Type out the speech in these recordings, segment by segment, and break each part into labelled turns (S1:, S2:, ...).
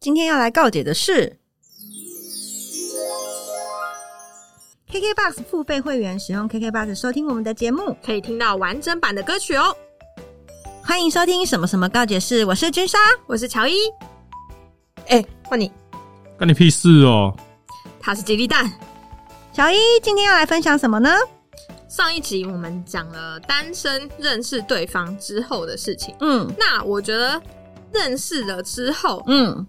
S1: 今天要来告解的是，KKBOX 付费会员使用 KKBOX 收听我们的节目，
S2: 可以听到完整版的歌曲哦。
S1: 欢迎收听什么什么告解室，我是君莎。
S2: 我是乔伊，哎、换你，
S3: 干你屁事哦！
S2: 他是吉利蛋。
S1: 小一今天要来分享什么呢？
S2: 上一集我们讲了单身认识对方之后的事情，
S1: 嗯
S2: 那我觉得认识了之后，
S1: 嗯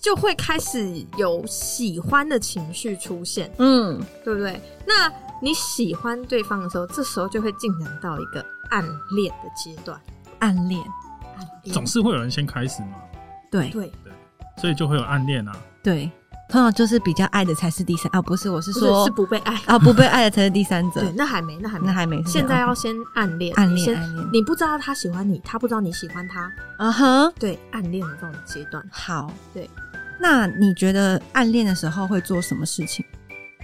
S2: 就会开始有喜欢的情绪出现，
S1: 嗯，
S2: 对不对？那你喜欢对方的时候，这时候就会进展到一个暗恋的阶段。
S1: 暗恋，
S2: 暗
S1: 嗯
S2: 恋
S3: 总是会有人先开始嘛，
S1: 对
S2: 对，
S3: 所以就会有暗恋啊。
S1: 对，通常就是比较爱的才是第三啊，不是，我是
S2: 不是
S1: 说
S2: 是不被爱。
S1: 啊，不被爱的才是第三者
S2: 对，，那还没，那还没，
S1: 那还没，是
S2: 现在
S1: 吗
S2: 要先暗恋，
S1: 暗恋
S2: 先
S1: 暗恋
S2: 你不知道他喜欢你，他不知道你喜欢他，
S1: 啊哈，
S2: 对，暗恋的这种阶段，
S1: 好，
S2: 对。
S1: 那你觉得暗恋的时候会做什么事情？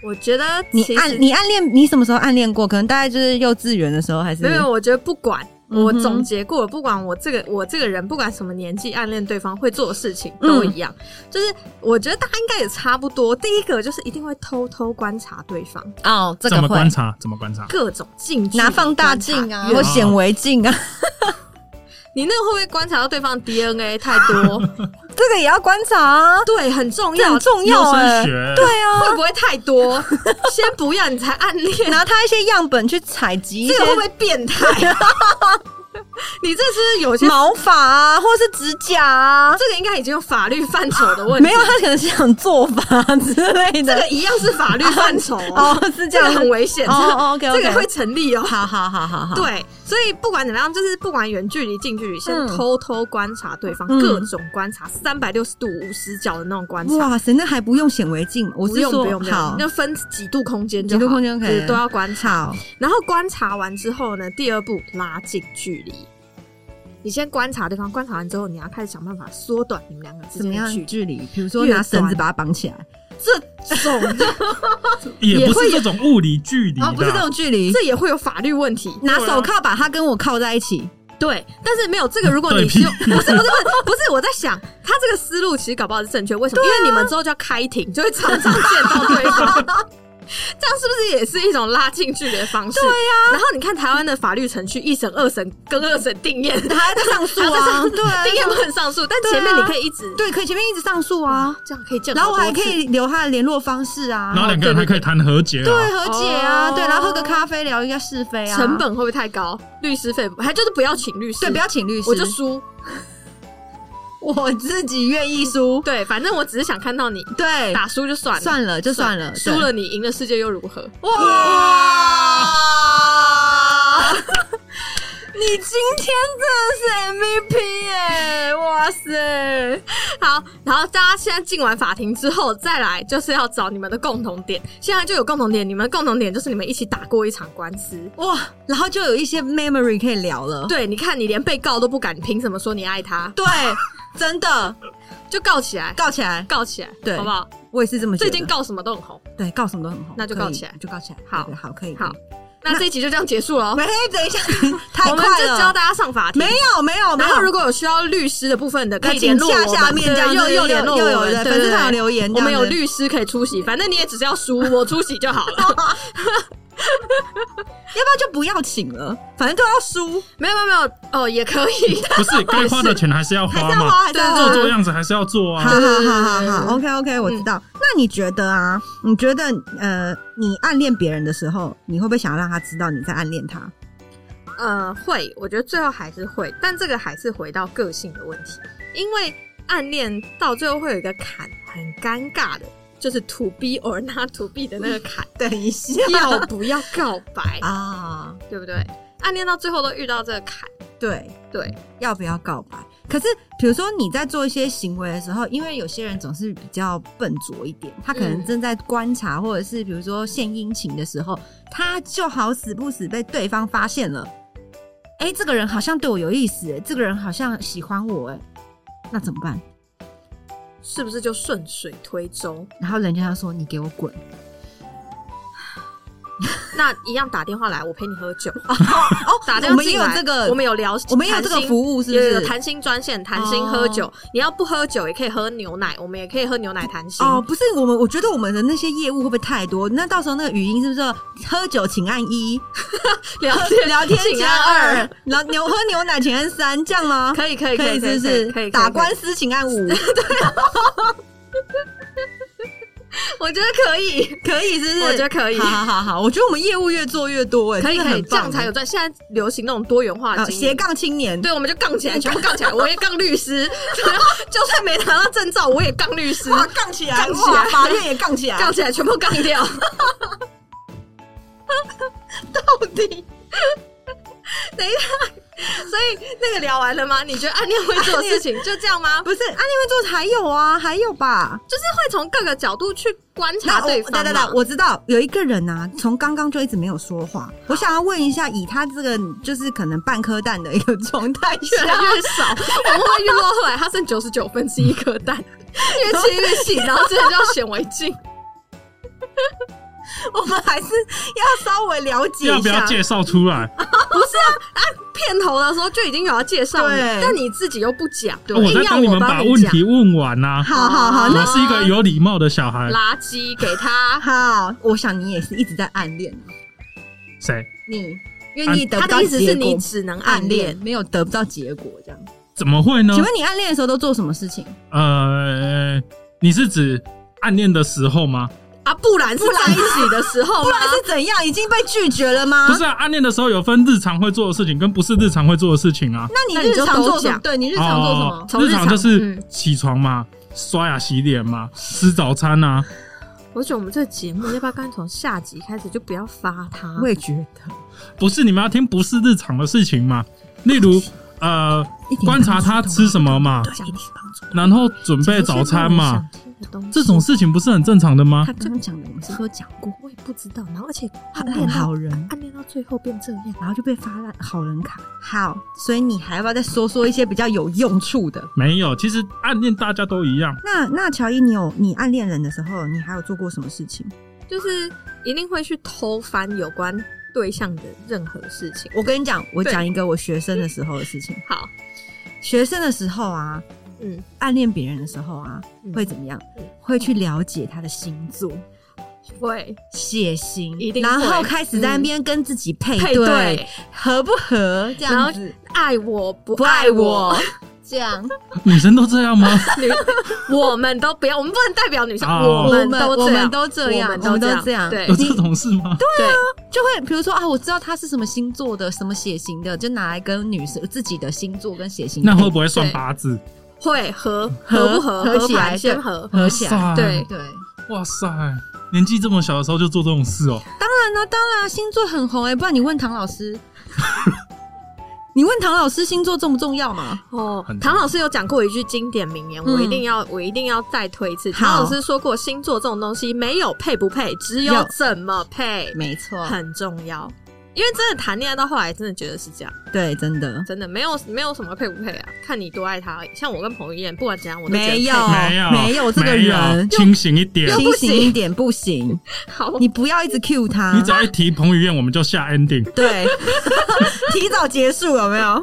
S2: 我觉得
S1: 你
S2: 其实
S1: 暗你暗恋嗯你什么时候暗恋过？可能大概就是幼稚园的时候，还是
S2: 没有，我觉得不管。
S1: 嗯哼
S2: 我总结过，不管我这个我这个人，不管什么年纪，暗恋对方会做的事情都一
S1: 嗯
S2: 样。就是我觉得大家应该也差不多。第一个就是一定会偷偷观察对方
S1: 哦，这
S3: 怎
S1: 个
S3: 么
S1: 会
S3: 观察？怎么观察？
S2: 各种近距离
S1: 拿放大
S2: 观察
S1: 镜啊，
S2: 远
S1: 或显微镜 啊，
S2: 你那个会不会观察到对方 DNA 太 多？
S1: 这个也要观察啊，
S2: 对，很重
S1: 这
S2: 要
S1: 很。重
S3: 优
S1: 要哎、
S3: 生学
S1: 对啊，
S2: 会不会太 多？先不要，你才暗恋，
S1: 拿他一些样本去采集一
S2: 这
S1: 些
S2: 个会不会变 态？你这是不是有些
S1: 毛发啊，或是指甲啊，
S2: 这个应该已经有法律范畴的问题，
S1: 没有，他可能是想做法之类
S2: 这
S1: 的
S2: 个。一样是法律范畴
S1: 哦，是这
S2: 这
S1: 样
S2: 个
S1: 子
S2: 很危险，
S1: 哦
S2: 这个
S1: 哦，OK，OK
S2: 这个会成立哦。
S1: 好好好好好，，
S2: 对，所以不管怎么样，就是不管远距离、近距离，先
S1: 嗯
S2: 偷偷观察对方，
S1: 嗯
S2: 各种观察，三百六十度、五十角的那种观察。
S1: 哇塞，那还不用显微镜，我
S2: 不
S1: 是
S2: 用
S1: 说
S2: 不用不
S1: 好
S2: 用，就分几度空间就
S1: 几
S2: 好，
S1: 度空间
S2: 就
S1: OK
S2: 是都要观察。
S1: 好，
S2: 然后观察完之后呢，第二步拉近距离。你先观察对方，观察完之后，你要开始想办法缩短你们两个之
S1: 怎
S2: 间
S1: 么样
S2: 的距离。
S1: 距离？比如说
S2: 越
S1: 拿绳子
S2: 短
S1: 把它绑起来，
S2: 这种
S3: 也不
S2: 也会
S3: 是这种物理距离
S1: 哦，不是这啊
S3: 的，
S1: 种距离，
S2: 这也会有法律问题。
S1: 拿手铐把它跟我铐在一起。
S2: 对，但是没有这个，如果你
S3: 对
S2: 是
S3: 屁
S2: 用 不是不是不是不是，我在想他这个思路其实搞不好是正确，为什么？因为你们之后就要开庭，就会常常见到对方。这样是不是也是一种拉近距离的方式？对呀、然后你看台湾的法律程序，一审、二审跟二审定谳，
S1: 还在上诉
S2: 还要再
S1: 啊，
S2: 上
S1: 对 啊
S2: 定谳不能上诉，但前面你可以一直
S1: 对，可以前面一直上诉啊，，
S2: 这样可以见
S1: 然
S2: 好
S1: 后
S2: 多
S1: 我
S2: 次。
S1: 还可以留他的联络方式啊
S3: 然，后两个人还可以谈和解
S1: 对
S3: 啊。
S1: 和解啊，
S2: 哦
S1: 对，然后喝个咖啡聊一下是非啊，
S2: 成本会不会太高？律师费还就是不要请律师，
S1: 对，不要请律师，
S2: 我就输。
S1: 我自己愿意输，
S2: 对，反正我只是想看到你
S1: 对，
S2: 打输就算了，
S1: 算了就算了，
S2: 输了你赢了世界又如何？
S1: 对哇！你今天真的是 MVP 耶、哇塞！
S2: 好，然后大家现在进完法庭之后，再来就是要找你们的共同点。现在就有共同点，你们的共同点就是你们一起打过一场官司。
S1: 哇，然后就有一些 memory 可以聊了。
S2: 对，你看，你连被告都不敢，你凭什么说你爱他？
S1: 对，真的
S2: 就告起来，
S1: 告起来，
S2: 告起来，
S1: 对
S2: 好不好？
S1: 我也是这么觉
S2: 最
S1: 得。
S2: 近告什么都很红。
S1: 对告什么都很红，
S2: 那就
S1: 可以
S2: 告起来
S1: 就告起来。
S2: 好
S1: 对对好，可以。
S2: 好
S1: 可以，
S2: 那这一集就这样结束了哦。
S1: 喂，等一 下，太
S2: 我们
S1: 快
S2: 就教
S1: 了。
S2: 大家上法庭
S1: 没。有，没有，没
S2: 然
S1: 有。
S2: 后如果有需要律师的部分的，可以
S1: 请
S2: 联络我
S1: 下
S2: 们。
S1: 下面这样
S2: 对
S1: 子
S2: 又又联络
S1: 又
S2: 我
S1: 有
S2: 们
S1: 人
S2: 对
S1: 粉丝
S2: 对
S1: 团有
S2: 对
S1: 留言这
S2: 我们
S1: 样
S2: 有
S1: 子
S2: 律师可以出席，反正你也只是要输，我出席就好了。
S1: 要不要就不要请了？反正都要输，
S2: 没有没有没有，哦，也可以。
S3: 不是该花的钱还是要
S1: 还
S3: 花
S1: 是要
S3: 嘛，
S1: 花，还是要
S2: 对
S3: 做
S1: 花
S2: 对。
S3: 做样子还是要做
S1: 好
S3: 啊。
S1: 好
S2: 对对
S1: 好好
S2: 对
S1: 好
S2: 对
S1: ，OK OK，我知道。那你觉得啊？你觉得呃，你暗恋别人的时候，你会不会想要让他知道你在暗恋他？，
S2: 呃，会，我觉得最后还是会，但这个还是回到个性的问题，因为暗恋到最后会有一个坎，很尴尬的，就是 to be or not to be 的那个坎
S1: 等一下
S2: 要不要告白，
S1: 啊，
S2: 对不对？暗恋到最后都遇到这个坎，
S1: 对，
S2: 对，
S1: 要不要告白？可是，比如说你在做一些行为的时候，因为有些人总是比较笨拙一点，他可能
S2: 嗯
S1: 正在观察，或者是比如说献殷勤的时候，他就好死不死被对方发现了。哎、这个人好像对我有意思、哎，这个人好像喜欢我、哎，那怎么办？
S2: 是不是就顺水推舟？
S1: 然后人家就说你给我滚，
S2: 那一样打电话来，我陪你 喝酒。
S1: 哦，
S2: 打电
S1: 我
S2: 话
S1: 们也
S2: 进
S1: 有
S2: 来
S1: 这个，
S2: 我们有聊，
S1: 我们也有这个
S2: 谈心
S1: 服务，是不哦
S2: 有有
S1: 是
S2: 有？谈心专线，谈心喝酒。你要不喝酒也可以喝牛奶，我们也可以喝牛奶谈心。
S1: 哦，不是我们，我觉得我们的那些业务会不会太多？那到时候那个语音是不是要喝酒请按一，
S2: 聊
S1: 喝
S2: 天
S1: 聊天
S2: 请
S1: 请
S2: 按
S1: 按
S2: 二
S1: 二，然后牛喝牛奶请按三，这样吗？
S2: 可以可以
S1: 可
S2: 可
S1: 以，是
S2: 以
S1: 不
S2: 可以
S1: 是？
S2: 可以
S1: 打官
S2: 司，
S1: 司请按五，
S2: 我觉得 可以，
S1: 可以是不是？
S2: 我觉得可以
S1: 好好好好，我觉得我们业务越做越多，哎，
S2: 可以
S1: 真的
S2: 可以，
S1: 很
S2: 这样
S1: 棒
S2: 才有赚。现在流行那种多元化
S1: 啊
S2: 经
S1: 斜
S2: 营。
S1: 杠青年。
S2: 对，我们就杠 起来，全部杠起来。我也杠律师， 就算没拿到证照，我也杠律师，
S1: 哇，杠起来，
S2: 啊杠起
S1: 哇
S2: 来
S1: 法院也杠起来，
S2: 杠起来全部杠 掉。
S1: 到 底
S2: 所以那个聊完了吗？你觉得暗恋会做的事情就这样吗？
S1: 不是？安利会做还有啊，还有吧？
S2: 就是会从各个角度去观察
S1: 那
S2: 对
S1: 我
S2: 方嘛。
S1: 对对对，我知道有一个人啊，从刚刚就一直没有说话。我想要问一下，以他这个就是可能半颗蛋的一个状 态
S2: 越来
S1: 下，
S2: 越少，啊 我们会越落后来，他剩九十九分是一颗蛋，越切越细，然后这个叫显微 镜。
S1: 我们还是要稍微了解
S3: 要
S1: 一
S3: 不要
S1: 下。
S3: 介绍出来？
S2: 片头的时候就已经有要介绍你，
S1: 对
S2: 但你自己又不讲，
S3: 啊我在
S2: 硬要
S3: 帮你
S2: 我
S3: 们把
S2: 帮
S3: 问
S2: 你讲，
S3: 题问完呐、
S1: 好好好，那
S3: 我是一个有礼貌的小孩。
S2: 垃圾给 他。
S1: 好，我想你也是一直在暗恋哦
S3: 谁？
S1: 你，因为你得
S2: 他
S1: 不到
S2: 的意思
S1: 结
S2: 是
S1: 果
S2: 你只能暗
S1: 暗恋，
S2: 恋，
S1: 没有得不到结果这样。
S3: 怎么会呢
S1: 请？问你暗恋的时候都做什么事情？
S3: 啊呃，你是指暗恋的时候吗？
S2: 啊，不然是在一起的时候
S1: 不
S2: 吗
S1: 然？是怎样？已经被拒绝了吗
S3: 不？是啊，暗恋的时候有分日常会做的事情跟不是日常会做的事情啊。
S1: 那
S2: 那
S1: 你
S2: 你
S1: 日
S2: 就
S1: 常
S2: 都
S1: 做什么？
S2: 讲
S1: 对你日常做什
S3: 哦
S1: 么？
S2: 从日
S3: 日
S2: 常
S3: 常就是
S2: 嗯
S3: 起床嘛，刷牙、洗脸嘛，吃早餐啊。
S2: 我觉得我们这个节目要不要干脆从下集开始就不要发 他？
S1: 我也觉得
S3: 不是你们要听不是日常的事情嘛？例如呃，
S1: 一点
S3: 观察他吃什么嘛，啊
S2: 讲一点帮助。
S3: 然后准备早餐嘛，
S2: 讲出去让你想听的东西，
S3: 这种事情不是很正常的吗？
S2: 他
S1: 刚刚讲的我们是不是都讲过？
S2: 我也不知道。然后而且暗
S1: 很
S2: 恋到
S1: 好人，
S2: 暗恋到最后变这样，
S1: 然后就被发了好人卡。好，所以你还要不要再说说一些比较有用处的？
S3: 没有，其实暗恋大家都一样。
S1: 那那乔伊，你有你暗恋人的时候，你还有做过什么事情？
S2: 就是一定会去偷翻有关对象的任何事情。
S1: 我跟你讲，我
S2: 对
S1: 讲一个我学生的时候的事情。
S2: 好，
S1: 学生的时候啊，
S2: 嗯，
S1: 暗恋别人的时候啊，
S2: 嗯
S1: 会怎么样
S2: 嗯？
S1: 会去了解他的星座、
S2: 会
S1: 血型
S2: 一，定会
S1: 然后开始在那边跟自己配
S2: 配
S1: 对
S2: 哎对，
S1: 合不合这
S2: 然后
S1: 样子，
S2: 爱我不
S1: 不
S2: 爱
S1: 爱
S2: 我
S1: 我，这样。
S3: 女生都这样 吗？
S2: 女，我们都不要，我们不能代表女生，
S3: 哦
S1: 我
S2: 们
S1: 们
S2: 都
S1: 我
S2: 这
S1: 们
S2: 样，
S1: 都这样，
S2: 我们都
S1: 这样，
S2: 对
S3: 有这种事吗？
S2: 对，
S1: 就会比如说啊，我知道他是什么星座的，什么血型的，就拿来跟女生自己的星座跟血型
S3: 那
S1: 配
S3: 会不会算八字？
S2: 会合
S1: 合
S2: 合不合
S1: 合起来
S2: 盘先合，
S1: 合起来。
S3: 哇塞
S2: 对
S1: 对，
S3: 哇塞，年纪这么小的时候就做这种事哦、
S1: 当然了，当然啊星座很红哎、不然你问唐老师， 你问唐老师星座重不重要嘛？
S2: 哦
S3: 很，
S2: 唐老师有讲过一句经典名言，
S1: 嗯
S2: 我一定要，我一定要再推一次。
S1: 好
S2: 唐老师说过，星座这种东西没有配不配，只有
S1: 有
S2: 怎么配，
S1: 没错
S2: 很重要。因为真的谈恋爱到后来，真的觉得是这样，
S1: 对，真的
S2: 真的没有没有什么配不配啊，看你多爱他而已。像我跟彭于晏，不管怎样，我都觉得
S1: 没有
S2: 配
S3: 没有，
S1: 哦没有这个
S3: 没有
S1: 人
S3: 清醒一点。
S1: 清醒一点不行，
S2: 好，
S1: 你不要一直 cue
S3: 你
S1: 他
S3: 只，要一提彭于晏，我们就下 ending。
S1: 对， 提早结束有没 有？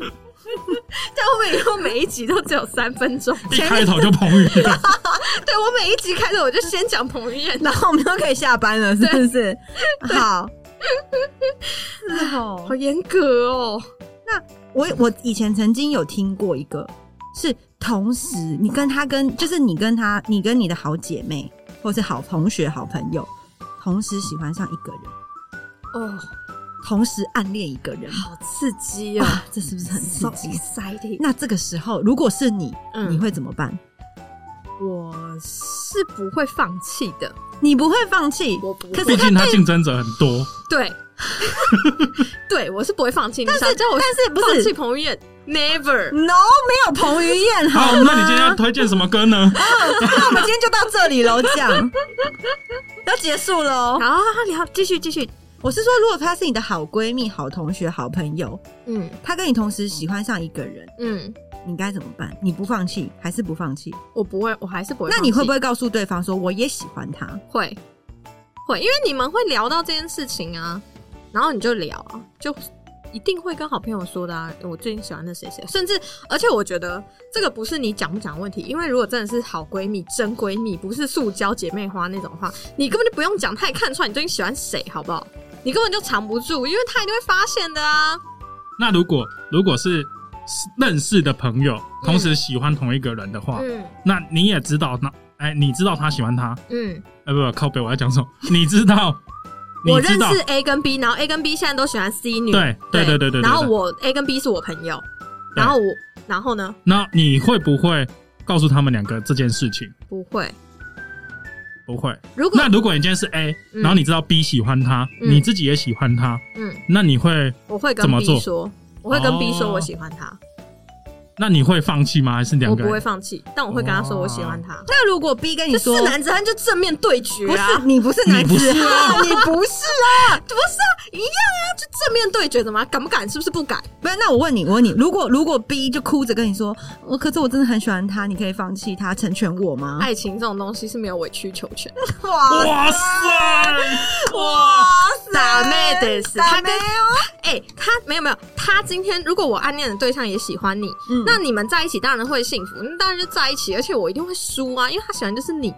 S2: 但我每以后每一集都只有三分钟，
S3: 一开头就彭于晏，
S2: 对我每一集开始我就先讲彭于 晏，
S1: 然后我们都可以下班了，是不是？好，好
S2: 好严格哦。
S1: 我我以前曾经有听过一个，是同时你跟他跟就是你跟他，你跟你的好姐妹或是好同学、好朋友，同时喜欢上一个人，
S2: 哦，
S1: 同时暗恋一个人，
S2: 好刺激哦
S1: 哇，这是不是很刺
S2: ，so
S1: 激？
S2: exciting。
S1: 那这个时候，如果是你，
S2: 嗯
S1: 你会怎么办？
S2: 我是不会放弃的，
S1: 你不会放弃，
S2: 我不会
S1: 可是
S3: 毕
S1: 他
S3: 竟他
S1: 对，
S3: 竞争者很 多。
S2: 对，对我是不会放弃。但是叫我
S1: 但是不
S2: 放
S1: 是
S2: 弃彭于晏，never。
S1: no 没有彭于晏
S3: 好
S1: 好，吗？
S3: 那你今天要推荐什么歌呢？
S1: 那我们今天就到这里喽，这样 要结束喽。
S2: 好，聊继续继续，
S1: 我是说，如果她是你的好闺蜜、好同学、好朋友，
S2: 嗯
S1: 她跟你同时喜欢上一个人，
S2: 嗯，
S1: 你该怎么办？你不放弃还是不放弃？
S2: 我不会，我还是不会放
S1: 那
S2: 弃。
S1: 你会不会告诉对方说我也喜欢他？
S2: 会会？因为你们会聊到这件事情啊，然后你就聊啊，就一定会跟好朋友说的啊。我最近喜欢的谁谁，甚至而且我觉得这个不是你讲不讲的问题，因为如果真的是好闺蜜、真闺蜜，不是塑胶姐妹花那种话，你根本就不用讲，她也看出来你最近喜欢谁，好不好？你根本就藏不住，因为她一定会发现的啊。
S3: 那如果如果是认识的朋友，同时喜欢同一个人的话，
S2: 嗯
S3: 那你也知道，那哎，你知道他喜欢他，
S2: 嗯，
S3: 哎，不不，靠北，我要讲什么？ 你知道，
S2: 我
S3: 你知
S2: 认
S3: 道
S2: 识，A 跟 B，然后 A 跟 B 现在都喜欢 C 女，
S3: 对对对对对。
S2: 然后
S3: 对，
S2: 我 A 跟 B 是我朋友，
S3: 对
S2: 然后我然后呢
S3: 那你会不会告诉他们两个这件事情？
S2: 不会，
S3: 不会。
S2: 如果
S3: 那如果你今天是 A，
S2: 嗯
S3: 然后你知道 B 喜欢他，
S2: 嗯
S3: 你自己也喜欢他，
S2: 嗯，
S3: 那你会
S2: 我会
S3: 怎
S2: 跟
S3: 么
S2: B
S3: 做
S2: 说，我会跟 B 说
S3: 哦
S2: 我喜欢他，
S3: 那你会放弃吗？还是两
S2: 我
S3: 个
S2: 不会
S3: 人？哦
S2: 放弃，但我会跟他说我喜欢他。
S1: 那如果 B 跟你
S2: 就
S1: 说
S2: 是男子汉就正面对决
S1: 不
S2: 啊
S1: 是，你不是
S3: 你
S1: 男
S3: 不
S1: 子
S3: 是
S1: 汉， 你不是啊？
S2: 不是啊，一样啊，就正面对决，怎么啊敢不敢？是不是不敢？
S1: 不是，那我问你，我问你，如果如果 B 就哭着跟你说，我可是我真的很喜欢他，你可以放弃他，成全我吗？
S2: 爱情这种东西是没有委曲求全，
S1: 哇
S3: 哇塞！
S2: 打妹得死。他跟
S1: 哦，
S2: 哎，他没有没有，他今天如果我暗恋的对象也喜欢你，
S1: 嗯
S2: 那你们在一起当然会幸福，那当然就在一起，而且我一定会输啊，因为他喜欢就是你。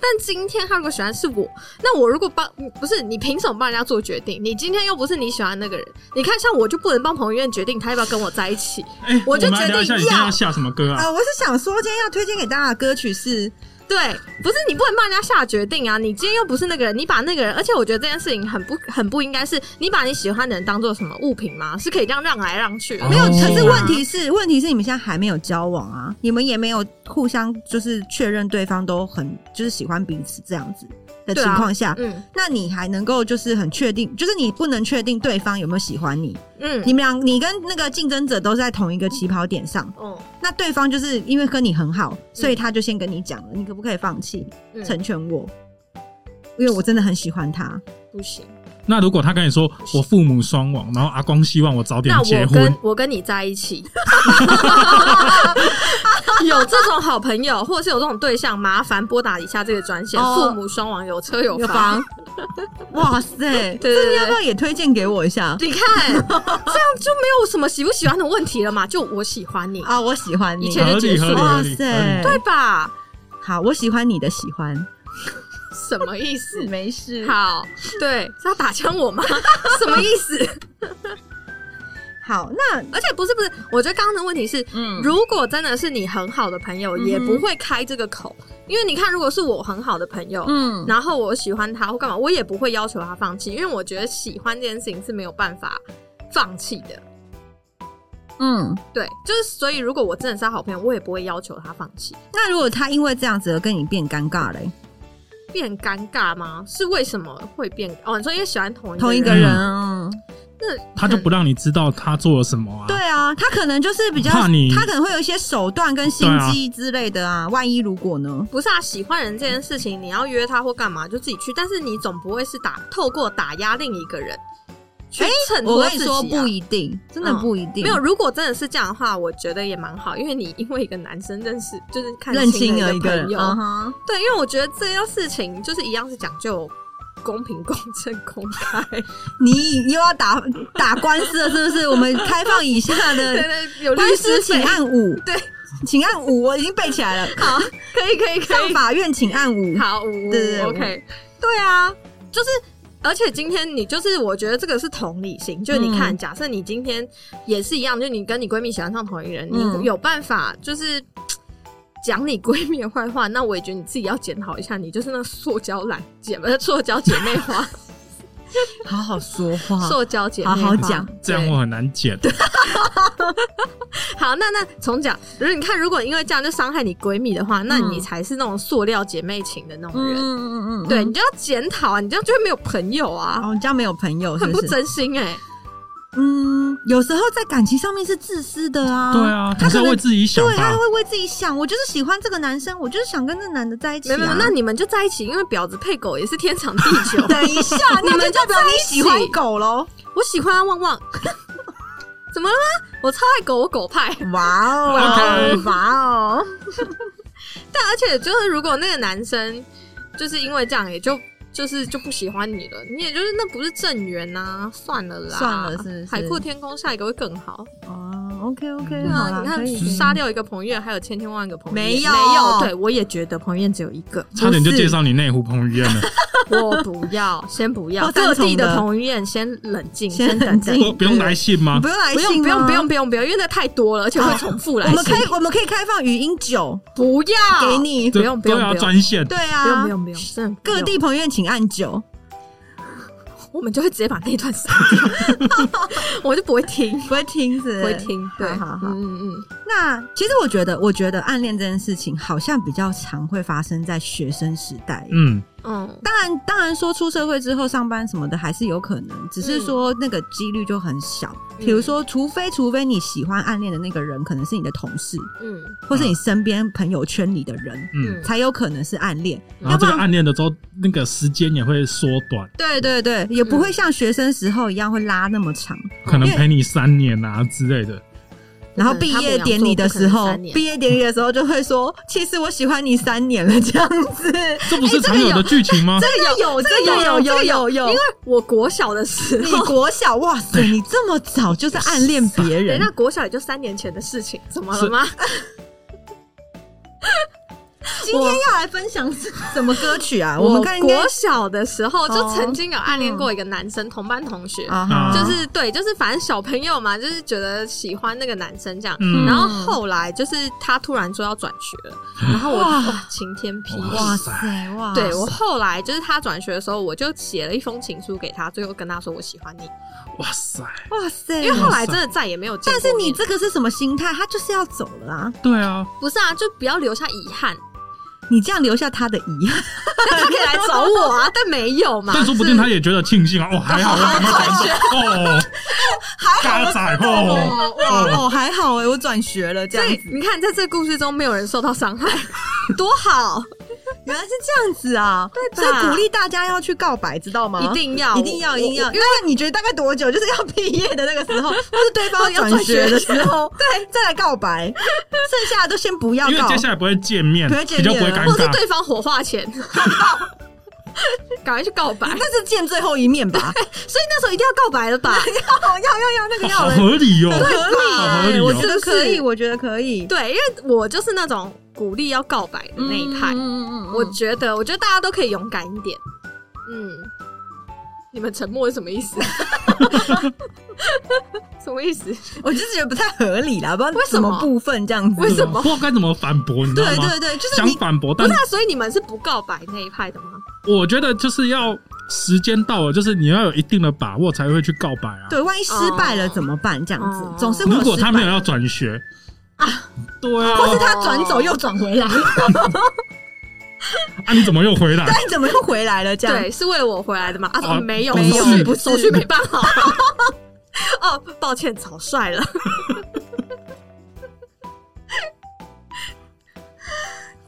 S2: 但今天他如果喜欢是我，那我如果帮不是你凭什么帮人家做决定？你今天又不是你喜欢的那个人，你看像我就不能帮彭于晏决定他要不要跟我在一起。
S3: 哎，
S2: 我就
S3: 们来
S2: 决定
S3: 聊一下你今天
S2: 要
S3: 要下什么歌啊？
S1: 啊，我是想说，今天要推荐给大家的歌曲是，
S2: 对，不是你不能帮人家下决定啊！你今天又不是那个人，你把那个人，而且我觉得这件事情很不很不应该是，你把你喜欢的人当做什么物品吗？是可以这样让来让去的，
S1: 没有，
S3: 哦
S1: 可
S2: 啊
S1: 是问题是，问题是你们现在还没有交往啊，你们也没有互相就是确认对方都很就是喜欢彼此这样子的
S2: 对
S1: 情
S2: 啊
S1: 况下。
S2: 嗯
S1: 那你还能够就是很确定，就是你不能确定对方有没有喜欢你。
S2: 嗯
S1: 你们俩，你跟那个竞争者都在同一个起跑点上，
S2: 哦
S1: 那对方就是因为跟你很好，所以他就先跟你讲了，你可不可以放弃
S2: 嗯
S1: 成全我？因为我真的很喜欢他。
S2: 不行。
S3: 那如果他跟你说我父母双亡，然后阿公希望我早点
S2: 那
S3: 结
S2: 我
S3: 婚
S2: 跟，我跟你在一起， 有这种好朋友，或者是有这种对象，麻烦拨打以下这个专线：
S1: 哦
S2: 父母双亡，有车有
S1: 有
S2: 房。
S1: 房， 哇塞！
S2: 对
S1: 这
S2: 对
S1: 你要不
S2: 对。
S1: 要也推荐给我一下？
S2: 你看，这样就没有什么喜不喜欢的问题了嘛？就我喜欢你，
S1: 啊，我喜欢
S2: 以
S1: 你
S2: 前。
S3: 合理
S2: 结束
S3: 合理合
S1: 哇
S3: 理合
S1: 塞！
S3: 理。
S2: 哦对吧？
S1: 好，我喜欢你的喜欢，
S2: 什么意思？
S1: 没事好，
S2: 好，对，是要打枪我吗？ 什么意思？
S1: 好，那
S2: 而且不是不是，我觉得刚刚的问题是，
S1: 嗯
S2: 如果真的是你很好的朋友，
S1: 嗯哼
S2: 也不会开这个口，因为你看，如果是我很好的朋友。
S1: 嗯，
S2: 然后我喜欢他或干嘛，我也不会要求他放弃，因为我觉得喜欢这件事情是没有办法放弃的。
S1: 嗯，
S2: 对，就是所以，如果我真的是他好朋友，我也不会要求他放弃。
S1: 那如果他因为这样子而跟你变尴尬嘞，
S2: 变尴尬吗？是为什么会变？哦，你说因为喜欢同一
S1: 同一个
S2: 人
S1: 人，嗯
S2: 那
S3: 他就不让你知道他做了什么啊。
S1: 对，啊，他可能就是比较，
S3: 怕你
S1: 他可能会有一些手段跟心
S3: 对啊
S1: 机之类的啊。万一如果呢？
S2: 不是啊，喜欢人这件事情，你要约他或干嘛就自己去，但是你总不会是打透过打压另一个人去衬
S1: 我
S2: 托
S1: 跟
S2: 自
S1: 你
S2: 己、啊
S1: 说，不一定，真的
S2: 嗯
S1: 不一定。
S2: 没有，如果真的是这样的话，我觉得也蛮好，因为你因为一个男生认识，就是看
S1: 认清
S2: 了
S1: 了
S2: 一
S1: 一个
S2: 朋
S1: 人，
S2: 友，
S1: 嗯哼
S2: 对，因为我觉得这件事情就是一样是讲究公平、公正、公 开，
S1: 你又要打打官司了，是不是？我们开放以下
S2: 对
S1: 的
S2: 对，有律
S1: 官
S2: 师
S1: 司，请
S2: 费，
S1: 按五，
S2: 对，
S1: 请按五，我已经背起来 了。
S2: 好，可以可以可
S1: 上
S2: 以，
S1: 法院请按五，
S2: 好，五
S1: 对嗯对对
S2: ，OK，对啊，就是。而且今天你就是，我觉得这个是同理心，就是你看，
S1: 嗯
S2: 假设你今天也是一样，就你跟你闺蜜喜欢上同一个人，
S1: 嗯
S2: 你有办法就是嘖讲你闺蜜的坏话， 那我也觉得你自己要检讨一下，你就是那塑胶懒姐妹、塑胶姐 妹花、
S1: 好好说话
S2: 塑胶姐妹
S1: 哦好
S2: 花，
S1: 好讲
S3: 这样
S2: 对
S3: 我很难剪。
S2: 好，那那重讲，如果你看，如果因为这样就伤害你闺蜜的话，那你才是那种塑料姐妹情的那种人。
S1: 嗯嗯
S2: 对，你就要检讨啊，你这样就会没有朋友啊，
S1: 哦，你这样没有朋友，是
S2: 很不
S1: 是？
S2: 真心哎、
S1: 嗯，有时候在感情上面是自私的啊。
S3: 对。啊，
S1: 他
S3: 他
S1: 可
S3: 是
S1: 能
S3: 为自己想
S1: 对，他
S3: 吧。
S1: 会为自己想，我就是喜欢这个男生，我就是想跟这男的在一起、
S2: 没
S1: 啊。。
S2: 有没有，那你们就在一起，因为婊子配狗也是天长地久
S1: 等一下，
S2: 你们
S1: 那就代 表你喜
S2: 在一
S1: 欢
S2: 起
S1: 狗喽？
S2: 我喜欢啊旺旺， 怎么了吗？我超爱狗，我狗派。
S1: 哇哦
S3: OK，
S1: 哇 哦！
S2: 但而且就是，如果那个男生就是因为这样，也就就是就不喜欢你了，你也就是那不是正缘呐、算了啦，
S1: 算了是不是
S2: 海阔天空，下一个会更好。
S1: 哦，OK OK，
S3: 嗯
S2: 对
S1: 好
S2: 啊，
S1: 啦，
S2: 你
S1: 可以可
S2: 看
S1: 以
S2: 杀掉一个彭于晏，还有千千万个彭于晏，
S1: 没有
S2: 没有，对我也觉得彭于晏只有一个，
S3: 差点就介绍你内湖彭于晏了，
S2: 我不要，先不要，
S1: 哦
S2: 各
S1: 赞同
S2: 地
S1: 的
S2: 的彭于晏先冷静，
S1: 先
S2: 先
S1: 冷
S2: 等等
S1: 静。
S3: 不不用来信吗
S1: 不？用来
S2: 不用
S1: 信
S2: 不用
S1: 吗
S2: 不用不用不用，因为那太多了，而且会重复来
S1: 我
S2: 信。
S1: 们可以我们可以开放语音九
S2: 不要
S1: 给，你，
S3: 这
S2: 不用不用
S3: 都要
S2: 不用
S3: 啊专线，
S1: 啊对
S2: 不用
S1: 啊
S2: 不，用不用，真的不用
S1: 各地朋友请按九，
S2: 我们就会直接把那一段删掉， 我就不会听，
S1: 不会听是
S2: 不
S1: 不
S2: 会
S1: 是。
S2: 听。对，
S1: 好好好
S2: 嗯嗯嗯，
S1: 那其实我觉得，我觉得暗恋这件事情好像比较常会发生在学生时代。
S3: 嗯，
S2: 嗯，
S1: 当然，当然说出社会之后上班什么的还是有可能，只是说那个几率就很小。
S2: 嗯
S1: 比如说，除非除非你喜欢暗恋的那个人可能是你的同事，
S2: 嗯
S1: 或是你身边朋友圈里的人，
S3: 嗯，
S1: 才有可能是暗恋。
S3: 然后这
S1: 要
S3: 个
S1: 不然
S3: 暗恋的周那个时间也会缩短，
S1: 对对对，也不会像学生时候一样会拉那么长。
S3: 可能
S1: 因为
S3: 陪你三年啊之类的。
S1: 然后毕业典礼的时候，毕业典礼的时候就会说：“其实我喜欢你三年了。”这样子，
S3: 这不是常有的剧情吗？
S1: 这个有，这
S2: 这个有这个有
S1: 有
S2: 因为我国小的时
S1: 你
S2: 候，
S1: 国小，哇塞，你这么早就是暗恋别
S2: 等
S1: 人
S2: 一下，国小也就三年前的事情，怎么了
S3: 是
S2: 吗？
S1: 今天要来分享是什么歌曲啊？我们看应该
S2: 国小的时候就
S1: 哦
S2: 曾经有暗恋过一个男生，同班同学，
S1: 啊哈
S2: 就是对，就是反正小朋友嘛，就是觉得喜欢那个男生这样。
S3: 嗯
S2: 然后后来就是他突然说要转学了，然后我
S1: 哇
S2: 哇晴天霹雳。
S1: 哇塞哇，
S2: 对我后来就是他转学的时候，我就写了一封情书给他，最后跟他说我喜欢你，
S3: 哇塞，
S1: 哇塞，
S2: 因为后来真的再也没有见
S1: 但
S2: 过
S1: 是你
S2: 面
S1: 这个是什么心态？他就是要走了啊！
S3: 对啊，
S2: 不是啊，就不要留下遗憾，
S1: 你这样留下他的遗憾，
S2: 但他可以来找我啊，但没有嘛。
S3: 但说不定他也觉得庆幸啊， 哦，还好我赶快转学哦，还好仔哦，
S1: 哇哦，还好哎，我转学了这
S2: 所
S1: 样
S2: 以
S1: 子，
S2: 你看，在这故事中没有人受到伤害，多好，
S1: 原来是这样子啊！
S2: 对吧
S1: 所以鼓励大家要去告白，知道吗？
S2: 一定要
S1: 一定要，
S2: 我
S1: 一定要。
S2: 我
S1: 因为你觉得大概多久？就是要毕业的那个时 候，或是对方要转学的时候，对，再来告白，剩下的都先不要
S3: 因为
S1: 告
S3: 接。下来不会见面，
S1: 不会见
S3: 比
S1: 面啊
S3: 较不会尴
S2: 或是
S3: 尬。
S2: 对方火化前， 赶快去告白。所
S1: 那是见最后一面 吧？
S2: 以那时候一定要告白了 吧？
S1: 要要哦要要，那个要
S3: 好
S1: 了，
S3: 合理
S1: 很
S3: 哦，好合
S1: 合
S3: 理
S1: 理，
S3: 哦
S1: 我觉得可
S2: 是不
S1: 以，
S2: 是
S1: 我觉得可以。
S2: 对，因为我就是那种鼓励要告白的那一派。
S1: 嗯嗯
S2: 我觉得，我觉得大家都可以勇敢一点。嗯，你们沉默是什么意 思？什么意思？
S1: 我就是觉得不太合理啦，不知道
S2: 为什
S1: 什
S2: 么
S1: 么部分这样子。
S2: 为什么
S3: 不知道该怎么反驳，你知道
S1: 对
S3: 吗？
S1: 对对，就是
S3: 想
S1: 你
S3: 反驳，
S2: 不
S3: 但
S2: 是、啊，所以你们是不告白那一派的吗？
S3: 我觉得就是要时间到了，就是你要有一定的把握才会去告白啊。
S1: 对，万一失败了怎么办？这样子
S2: 哦
S1: 总是会
S3: 如果
S1: 有失
S3: 他没有
S1: 败，
S3: 要转学啊，对
S1: 或是
S3: 啊，
S1: 他转走又转 回来，
S3: 啊你怎么又回来？
S1: 但怎么又回来了？这样
S2: 对，啊是为了我回来的嘛？啊，怎么
S3: 哦
S2: 没有，
S3: 不
S2: 手
S3: 是
S2: 续
S1: 不是
S2: 手续没办 好。哦，抱歉，草率了。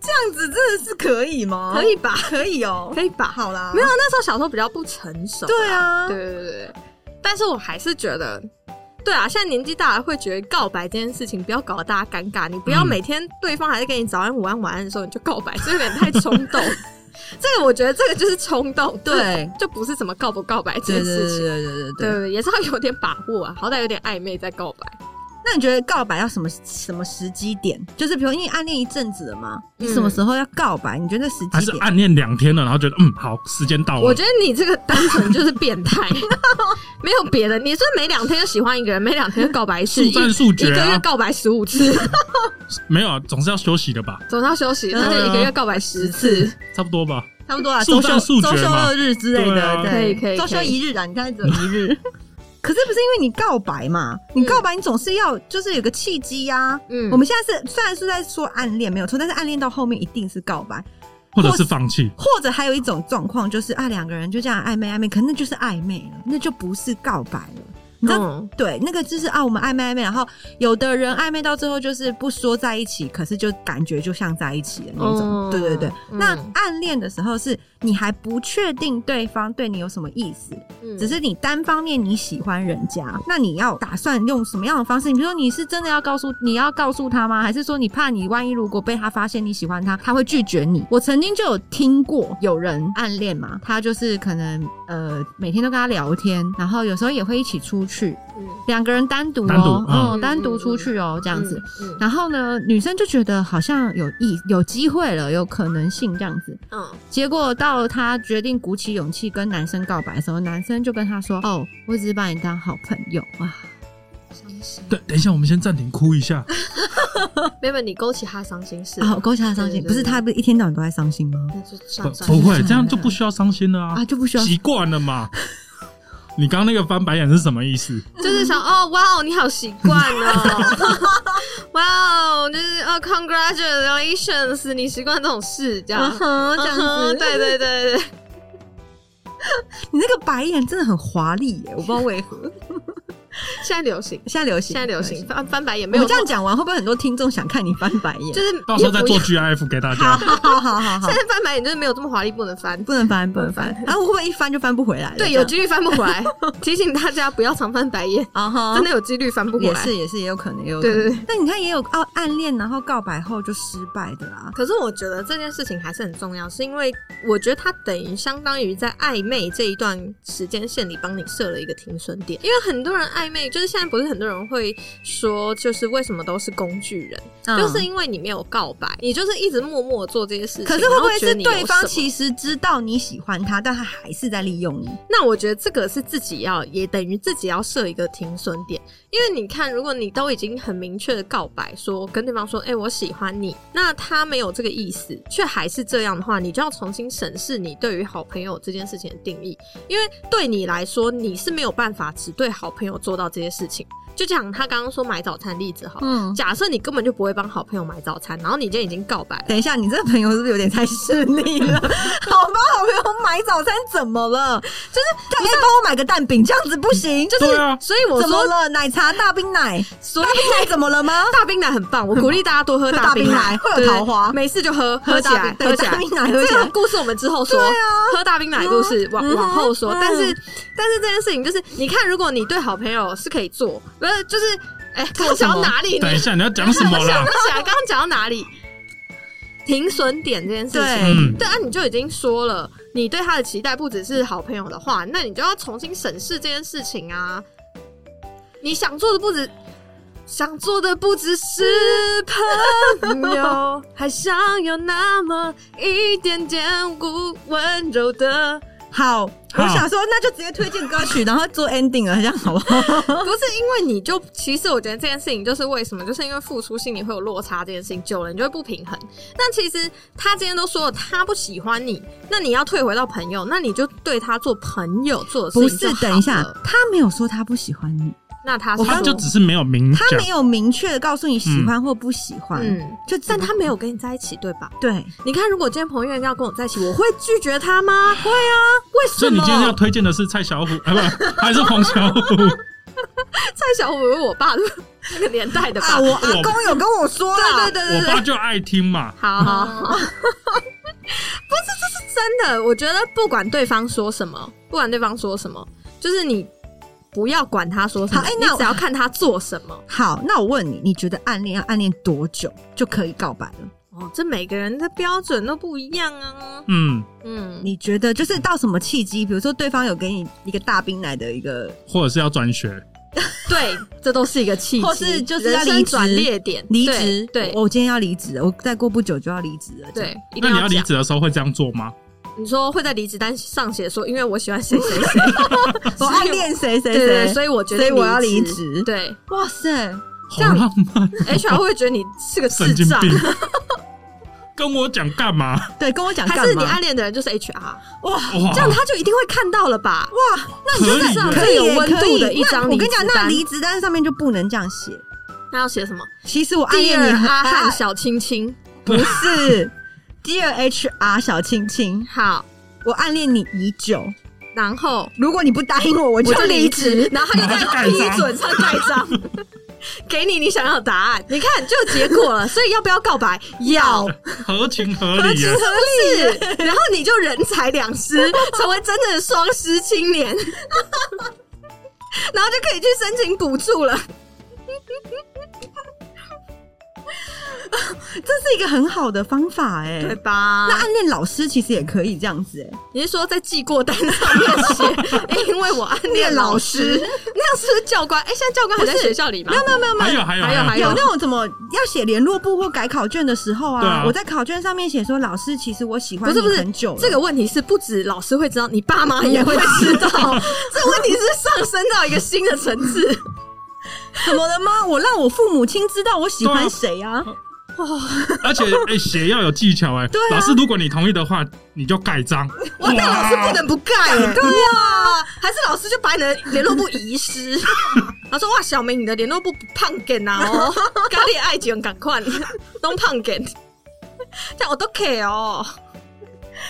S1: 这样子真的是可以吗？
S2: 可以吧
S1: 可以哦，
S2: 可以吧
S1: 好啦，
S2: 没有，啊那时候小时候比较不成熟。
S1: 对啊，
S2: 对对对对，但是我还是觉得，对啊，现在年纪大了会觉得告白这件事情不要搞得大家尴尬，你不要
S3: 嗯
S2: 每天对方还在跟你早安、午安、晚安的时候你就告白，这有点太冲动。这个我觉得这个就是冲动，
S1: 对
S2: 就，就不是什么告不告白这
S1: 对对
S2: 件事
S1: 对
S2: 情。
S1: 对对对
S2: 对
S1: 对。
S2: 对对，也是要有点把握啊，好歹有点暧昧再告白。
S1: 那你觉得告白要什么什么时机点？就是比如因为暗恋一阵子了嘛，你
S2: 嗯
S1: 什么时候要告白？你觉得时
S3: 还
S1: 机
S3: 是
S1: 点？
S3: 暗恋两天了，然后觉得嗯好，时间到了。
S2: 我觉得你这个单纯就是变态， 没有别的。你是每两天就喜欢一个人，每两天就告白一次，
S3: 速战速
S2: 一
S3: 决
S2: 个月
S3: 啊，
S2: 告白十五次，
S3: 没有啊，总是要休息的吧，
S2: 总要休息，
S1: 嗯
S2: 那就一个月告白十次。
S3: 差不多吧。
S1: 差不多啊，
S3: 速
S1: 周
S3: 战
S1: 休
S3: 速决
S1: 周休
S3: 嘛
S1: 二日之类
S3: 对啊
S1: 的，对
S2: 可以可以
S1: 周
S2: 可
S1: 休
S2: 以
S1: 一日啊，你刚才只有一日。 嗯可是不是因为你告白嘛？你告白，你总是要就是有个契机啊呀、
S2: 嗯
S1: 我们现在是虽然是在说暗恋没有错，但是暗恋到后面一定是告白，
S3: 或者是放弃，
S1: 或者还有一种状况就是啊，两个人就这样暧昧暧昧，可能那就是暧昧了，那就不是告白了。你知道，
S2: 嗯
S1: 对，那个就是啊，我们暧昧暧昧，然后有的人暧昧到最后就是不说在一起，可是就感觉就像在一起的那种。
S2: 哦
S1: 对对对，
S2: 嗯
S1: 那暗恋的时候是你还不确定对方对你有什么意思，
S2: 嗯
S1: 只是你单方面你喜欢人家，那你要打算用什么样的方式？你比如说你是真的要告诉你要告诉他吗？还是说你怕你万一如果被他发现你喜欢他，他会拒绝你？我曾经就有听过有人暗恋嘛，他就是可能呃每天都跟他聊天，然后有时候也会一起出去，
S2: 嗯
S1: 两个人单独
S3: 单独
S1: 哦，
S3: 嗯
S1: 嗯，单独出去哦，这
S2: 这
S1: 样子。，
S2: 嗯
S1: 然后呢，女生就觉得好像有意有机会了，有可能性这样子。
S2: 嗯
S1: 结果到她决定鼓起勇气跟男生告白的时候，男生就跟她说：“哦，我只是把你当好朋友啊。
S2: 伤心。
S3: 对，等一下，我们先暂停哭一下。
S2: 妹妹，你勾起他伤心”事
S1: 啊，我勾起她伤心，
S2: 对对对
S1: 不是她不是一天到晚都在伤心吗？
S2: 那就算
S3: 不
S2: 了算
S3: 不
S2: 了，
S3: 会，这样就不需要伤心了啊
S1: 啊，，就不需要，
S3: 习惯了嘛。 你刚刚那个翻白眼是什么意思？
S2: 就是想哦，哇哦，你好习惯 哦，哇哦，就是哦，congratulations，你习惯这种事这样
S1: 嗯。哼，这样
S2: 嗯 哼
S1: 子。
S2: 对对对对，
S1: 你那个白眼真的很华丽耶，我不知道为何
S2: 现在流行，
S1: 现在流行，
S2: 现在流行。翻翻白眼，
S1: 我
S2: 没有
S1: 们这样，讲完，会不会很多听众想看你翻白眼？
S2: 就是
S3: 到时候再
S2: 也不
S3: 做 GIF 给大家。
S1: 啊好好好 好
S2: 现，在翻白眼就是没有这么华丽，不能翻。
S1: 不能翻，不能翻。然后会不会一翻就翻不回来了？
S2: 对，
S1: 这
S2: 有
S1: 样
S2: 几率翻不回来。提醒大家不要常翻白眼，
S1: 啊哈，
S2: 真的有几率翻不回
S1: 也
S2: 来。
S1: 是也是也有可能，也有可
S2: 对
S1: 能。
S2: 对对。
S1: 但你看，也有哦，暗恋然后告白后就失败的啦。
S2: 可是我觉得这件事情还是很重要，是因为我觉得它等于相当于在暧昧这一段时间线里帮你设了一个停损点，因为很多人暧昧，就是现在不是很多人会说，就是为什么都是工具人，
S1: 嗯
S2: 就是因为你没有告白，你就是一直默默做这些事情。
S1: 可是会不会
S2: 然后觉得
S1: 是
S2: 你有
S1: 对方
S2: 什么
S1: 其实知道你喜欢他，但他还是在利用你？
S2: 那我觉得这个是自己要，也等于自己要设一个停损点，因为你看，如果你都已经很明确的告白说跟对方说，哎、我喜欢你，那他没有这个意思，却还是这样的话，你就要重新审视你对于好朋友这件事情的定义，因为对你来说，你是没有办法只对好朋友做到这些事情。就讲他刚刚说买早餐例子好了，
S1: 嗯，
S2: 假设你根本就不会帮好朋友买早餐，然后你今天已经告白了，
S1: 等一下，你这个朋友是不是有点太势利 了？好吧，好朋友买早餐怎么了？就是干哎，帮我买个蛋饼，这样子不行？就是
S3: 对啊，
S2: 所以我
S1: 怎么
S2: 说
S1: 了？奶茶大冰奶，
S2: 所以
S1: 大冰奶怎么了吗？
S2: 大冰奶很棒，我鼓励大家多喝大冰
S1: 喝大冰奶会有
S2: 对
S1: 桃花
S2: 没事就喝，喝起来，
S1: 对
S2: 喝起
S1: 大
S2: 来。
S1: 冰奶喝起
S2: 这个
S1: 来。
S2: 故事我们之后说，
S1: 对啊
S2: 喝大冰奶的故事往
S1: 嗯
S2: 往后说。
S1: 嗯
S2: 但是，但是这件事情就是，你看，如果你对好朋友是可以做，不是就是，哎，我
S1: 什
S2: 讲
S1: 么
S2: 到哪里？
S3: 等一
S2: 你
S3: 下，你要讲什么
S2: 我想
S3: 啦
S2: 不？起来，刚刚讲到哪里？停损点这件事情，
S1: 对
S3: 嗯，
S2: 对啊，你就已经说了，你对他的期待不只是好朋友的话，那你就要重新审视这件事情啊。你想做的不止，想做的不只是朋友，还想有那么一点点不温柔的，
S1: 好，我想说，那就直接推荐歌曲，然后做 ending 了，这样好不 好？
S2: 不是因为你就其实我觉得这件事情就是为什么，就是因为付出心里会有落差，这件事情久了你就会不平衡。那其实他今天都说了他不喜欢你，那你要退回到朋友，那你就对他做朋友做的
S1: 不，
S2: 事情就是好
S1: 等一下
S2: 了，
S1: 他没有说他不喜欢你，
S2: 那他
S1: 我
S2: 说
S3: 他就只是没有明
S1: 他
S3: 嗯讲
S1: 没，有明确的告诉你喜欢或不喜欢，
S2: 嗯，
S1: 就只
S2: 但他没有跟你在一起，对吧？
S1: 对，
S2: 你看，如果今天彭于晏要跟我在一起，我会拒绝他吗？会啊，为
S3: 所
S2: 什
S3: 以你
S2: 么？
S3: 今天要推荐的是蔡小虎， 啊，不，还是黄小 虎？
S2: 蔡小虎，我爸那个年代的吧？
S1: 啊，我阿公有跟我说啦，
S2: 对对对对
S3: 我
S2: 对，
S3: 爸就爱听嘛。
S2: 好好好，不是，
S1: 嗯
S2: 这是真的。我觉得不管对方说什么，不管对方说什么，就是你不要管他说什么，
S1: 好哎
S2: 你
S1: 那我
S2: 只要看他做什么。
S1: 好，那我问你，你觉得暗恋要暗恋多久就可以告白了？
S2: 哦，这每个人的标准都不一样啊。
S3: 嗯，
S2: 嗯，
S1: 你觉得就是到什么契机？比如说对方有给你一个大冰奶的一个，
S3: 或者是要转学，
S2: 对，这都是一个契机，
S1: 或是就是要
S2: 人
S1: 离职
S2: 生转捩点，
S1: 离职，哦
S2: 对。对
S1: 我我今天要离职了，我再过不久就要离职了，这样
S2: 对，，一
S3: 那
S2: 定
S3: 你要离
S2: 讲。
S3: 职的时候会这样做吗？
S2: 你说会在离职单上写说，因为我喜欢谁谁 谁，
S1: 我暗恋谁谁
S2: 对对对，
S1: 谁，
S2: 所以我觉得，
S1: 所以我要离
S2: 职。
S1: 职，，
S2: 对
S1: 哇塞，
S3: 好浪漫，
S2: ，HR 会不会觉得你是个智
S3: 神经
S2: 障，
S3: 病， 跟我讲干嘛？
S1: 对，跟我讲
S2: 还
S1: 干
S2: 是你
S1: 嘛
S2: 暗？恋的人就是 HR？
S1: 哇，
S3: 哇，
S2: 这样他就一定会看到了吧？
S3: 那你
S2: 就是上
S3: 可
S1: 可以
S2: 最
S3: 以耶
S2: 有
S1: 耶
S2: 温
S1: 可
S2: 度
S1: 以
S2: 的一
S1: 那
S2: 张
S1: 我跟
S2: 离
S1: 你讲，
S2: 职
S1: 那
S2: 单
S1: 离职单上面就不能这样写。
S2: 那要写什么？
S1: 其实我暗
S2: 第
S1: 恋
S2: 二
S1: 你很
S2: 阿汉
S1: 啊
S2: 小青青，
S1: 不是 Dear HR 小青青，
S2: 好，
S1: 我暗恋你已久，
S2: 然后
S1: 如果你不答应我，我
S2: 我
S1: 就
S2: 就
S1: 离
S2: 离
S1: 职
S2: 职。，然后他就在批准上盖章。给你你想要的答案，你看就有结果 了。所以要不要告白？要，
S3: 合情合
S2: 合
S3: 理
S2: 情
S3: 耶。
S2: 合理。然后你就人财两 失，成为真正的双失青年， 然后就可以去申请补助了。
S1: 这是一个很好的方法哎、
S2: 对吧？
S1: 那暗恋老师其实也可以这样子哎、
S2: 你是说在记过单上面写，哎因为我暗恋老 师，那样是不是教官？哎、现在教官还在学校里吗？
S1: 没有没有没
S3: 还
S1: 有
S3: 有还有
S2: 啊还有还
S1: 有那种怎么要写联络簿或改考卷的时候
S3: 对
S1: 啊，
S3: 啊
S1: 我在考卷上面写说老师，其实我喜欢
S2: 不是
S1: 你
S2: 不是
S1: 很久了
S2: 这个问题是不止老师会知 道，你爸妈也会知道。这个问题是上升到一个新的层 次。
S1: 怎么了吗？我让我父母亲知道我喜欢
S3: 对啊
S1: 谁啊？
S3: 而且哎，写要有技巧哎。
S1: 对啊
S3: 老师，如果你同意的话，你就盖章。
S2: 哇，但老师不能不盖、欸，
S1: 对
S2: 哇，还是老师就把你的联络簿遗 失。他说：“哇，小明，你的联络簿不胖点啊 哦，咖喱爱情赶快弄胖点，这样我都可以哦。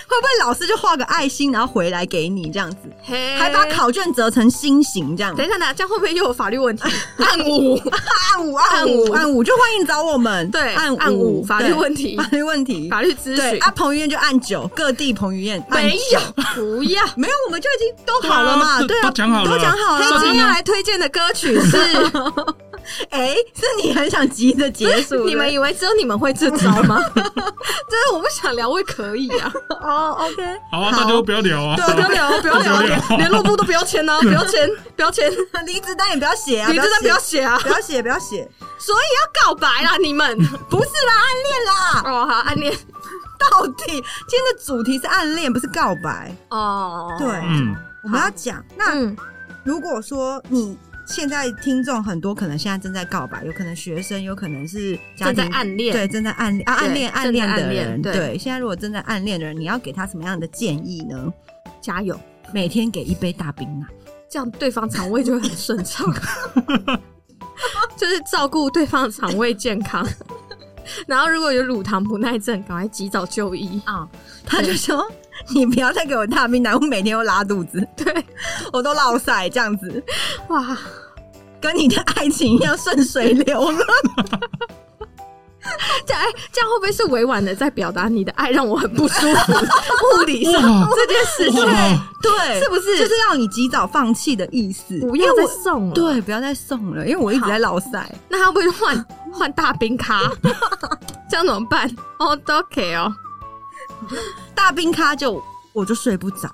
S1: 会不会老师就画个爱心，然后回来给你这样子，
S2: 嘿
S1: 还把考卷折成心形这样？
S2: 等一下，等一下，这样会不会又有法律问题？嗯 暗五，
S1: 暗五暗五暗五，就欢迎找我们。
S2: 对，
S1: 暗
S2: 暗五，法律问
S1: 题，
S2: 题
S1: 法，律问题，
S2: 法律咨
S1: 对
S2: 询
S1: 啊，，彭于晏就按九，各地彭于晏按
S2: 没
S1: 九
S2: 有，不 要。
S1: 没有，我们就已经都好了嘛，
S3: 对
S1: 对啊，
S3: 啊都讲好了
S1: 都讲好
S2: 他
S1: 了
S3: 上。
S2: 今天要来推荐的歌曲是，，
S1: 哎，是你很想急着结束
S2: 你们以为只有你们会这招吗？ 就是我不想聊，我也可以啊，
S1: 哦，OK，
S3: 好啊，大家都不要聊啊。
S2: 不要聊， 不要
S3: 不要
S2: 聊，
S3: 聊
S2: 联络簿都不要签 啊，不要签，不要签，你
S1: 离职单也不要写啊，
S2: 这张不要写啊，
S1: 不要写，不要写，
S2: 所以要告白啦，你 们
S1: 不是啦，暗恋啦，
S2: 哦，好暗恋
S1: 到底今天的主题是暗恋，不是告白，
S2: 哦，
S1: 对，
S3: 嗯，
S1: 我们要讲那。
S2: 嗯，
S1: 如果说你现在听众很多，可能现在正在告白，有可能学生，有可能是家庭
S2: 正在暗恋
S1: 对，正在暗恋啊，
S2: 对
S1: 暗恋暗恋
S2: 正在
S1: 的
S2: 暗恋
S1: 人，
S2: 对
S1: 对，现在如果正在暗恋的人，你要给他什么样的建议呢？
S2: 加油，
S1: 每天给一杯大冰奶，
S2: 这样对方肠胃就会很顺 畅，就是照顾对方的肠胃健康。然后如果有乳糖不耐症，赶快及早就医啊！
S1: 他就说。 你不要再给我大冰奶，我每天都拉肚子，
S2: 对，
S1: 我都落晒这样子，
S2: 哇，
S1: 跟你的爱情一样顺水流了。
S2: 这样哎，这样会不会是委婉的在表达你的爱，让我很不舒 服？物理上
S3: 哇
S2: 这件事情
S3: 哇，
S1: 对，
S2: 是不 是
S1: 就是要你及早放弃的意思？
S2: 不要
S1: 因为
S2: 再
S1: 我
S2: 送了。，
S1: 对，不要再送了，因为我一直在落晒。
S2: 那他会不会换换大 冰咖？这样怎么办？哦，都 OK 哦，
S1: 大冰咖就我就睡不着，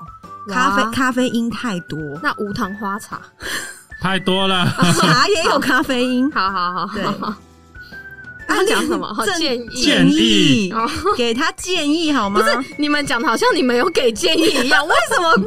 S2: 哇
S1: 咖啡咖啡因太 多，
S2: 那无糖花茶，。
S3: 太多了。
S1: 茶也有咖啡 因
S2: 好好好，
S1: 对
S2: 好好
S1: 啊
S2: 他讲什么
S1: 正
S2: 建议
S1: 建议
S2: 哦
S1: 给他建议好吗？
S2: 不是你们讲的好像你们有给建议一样，为什么光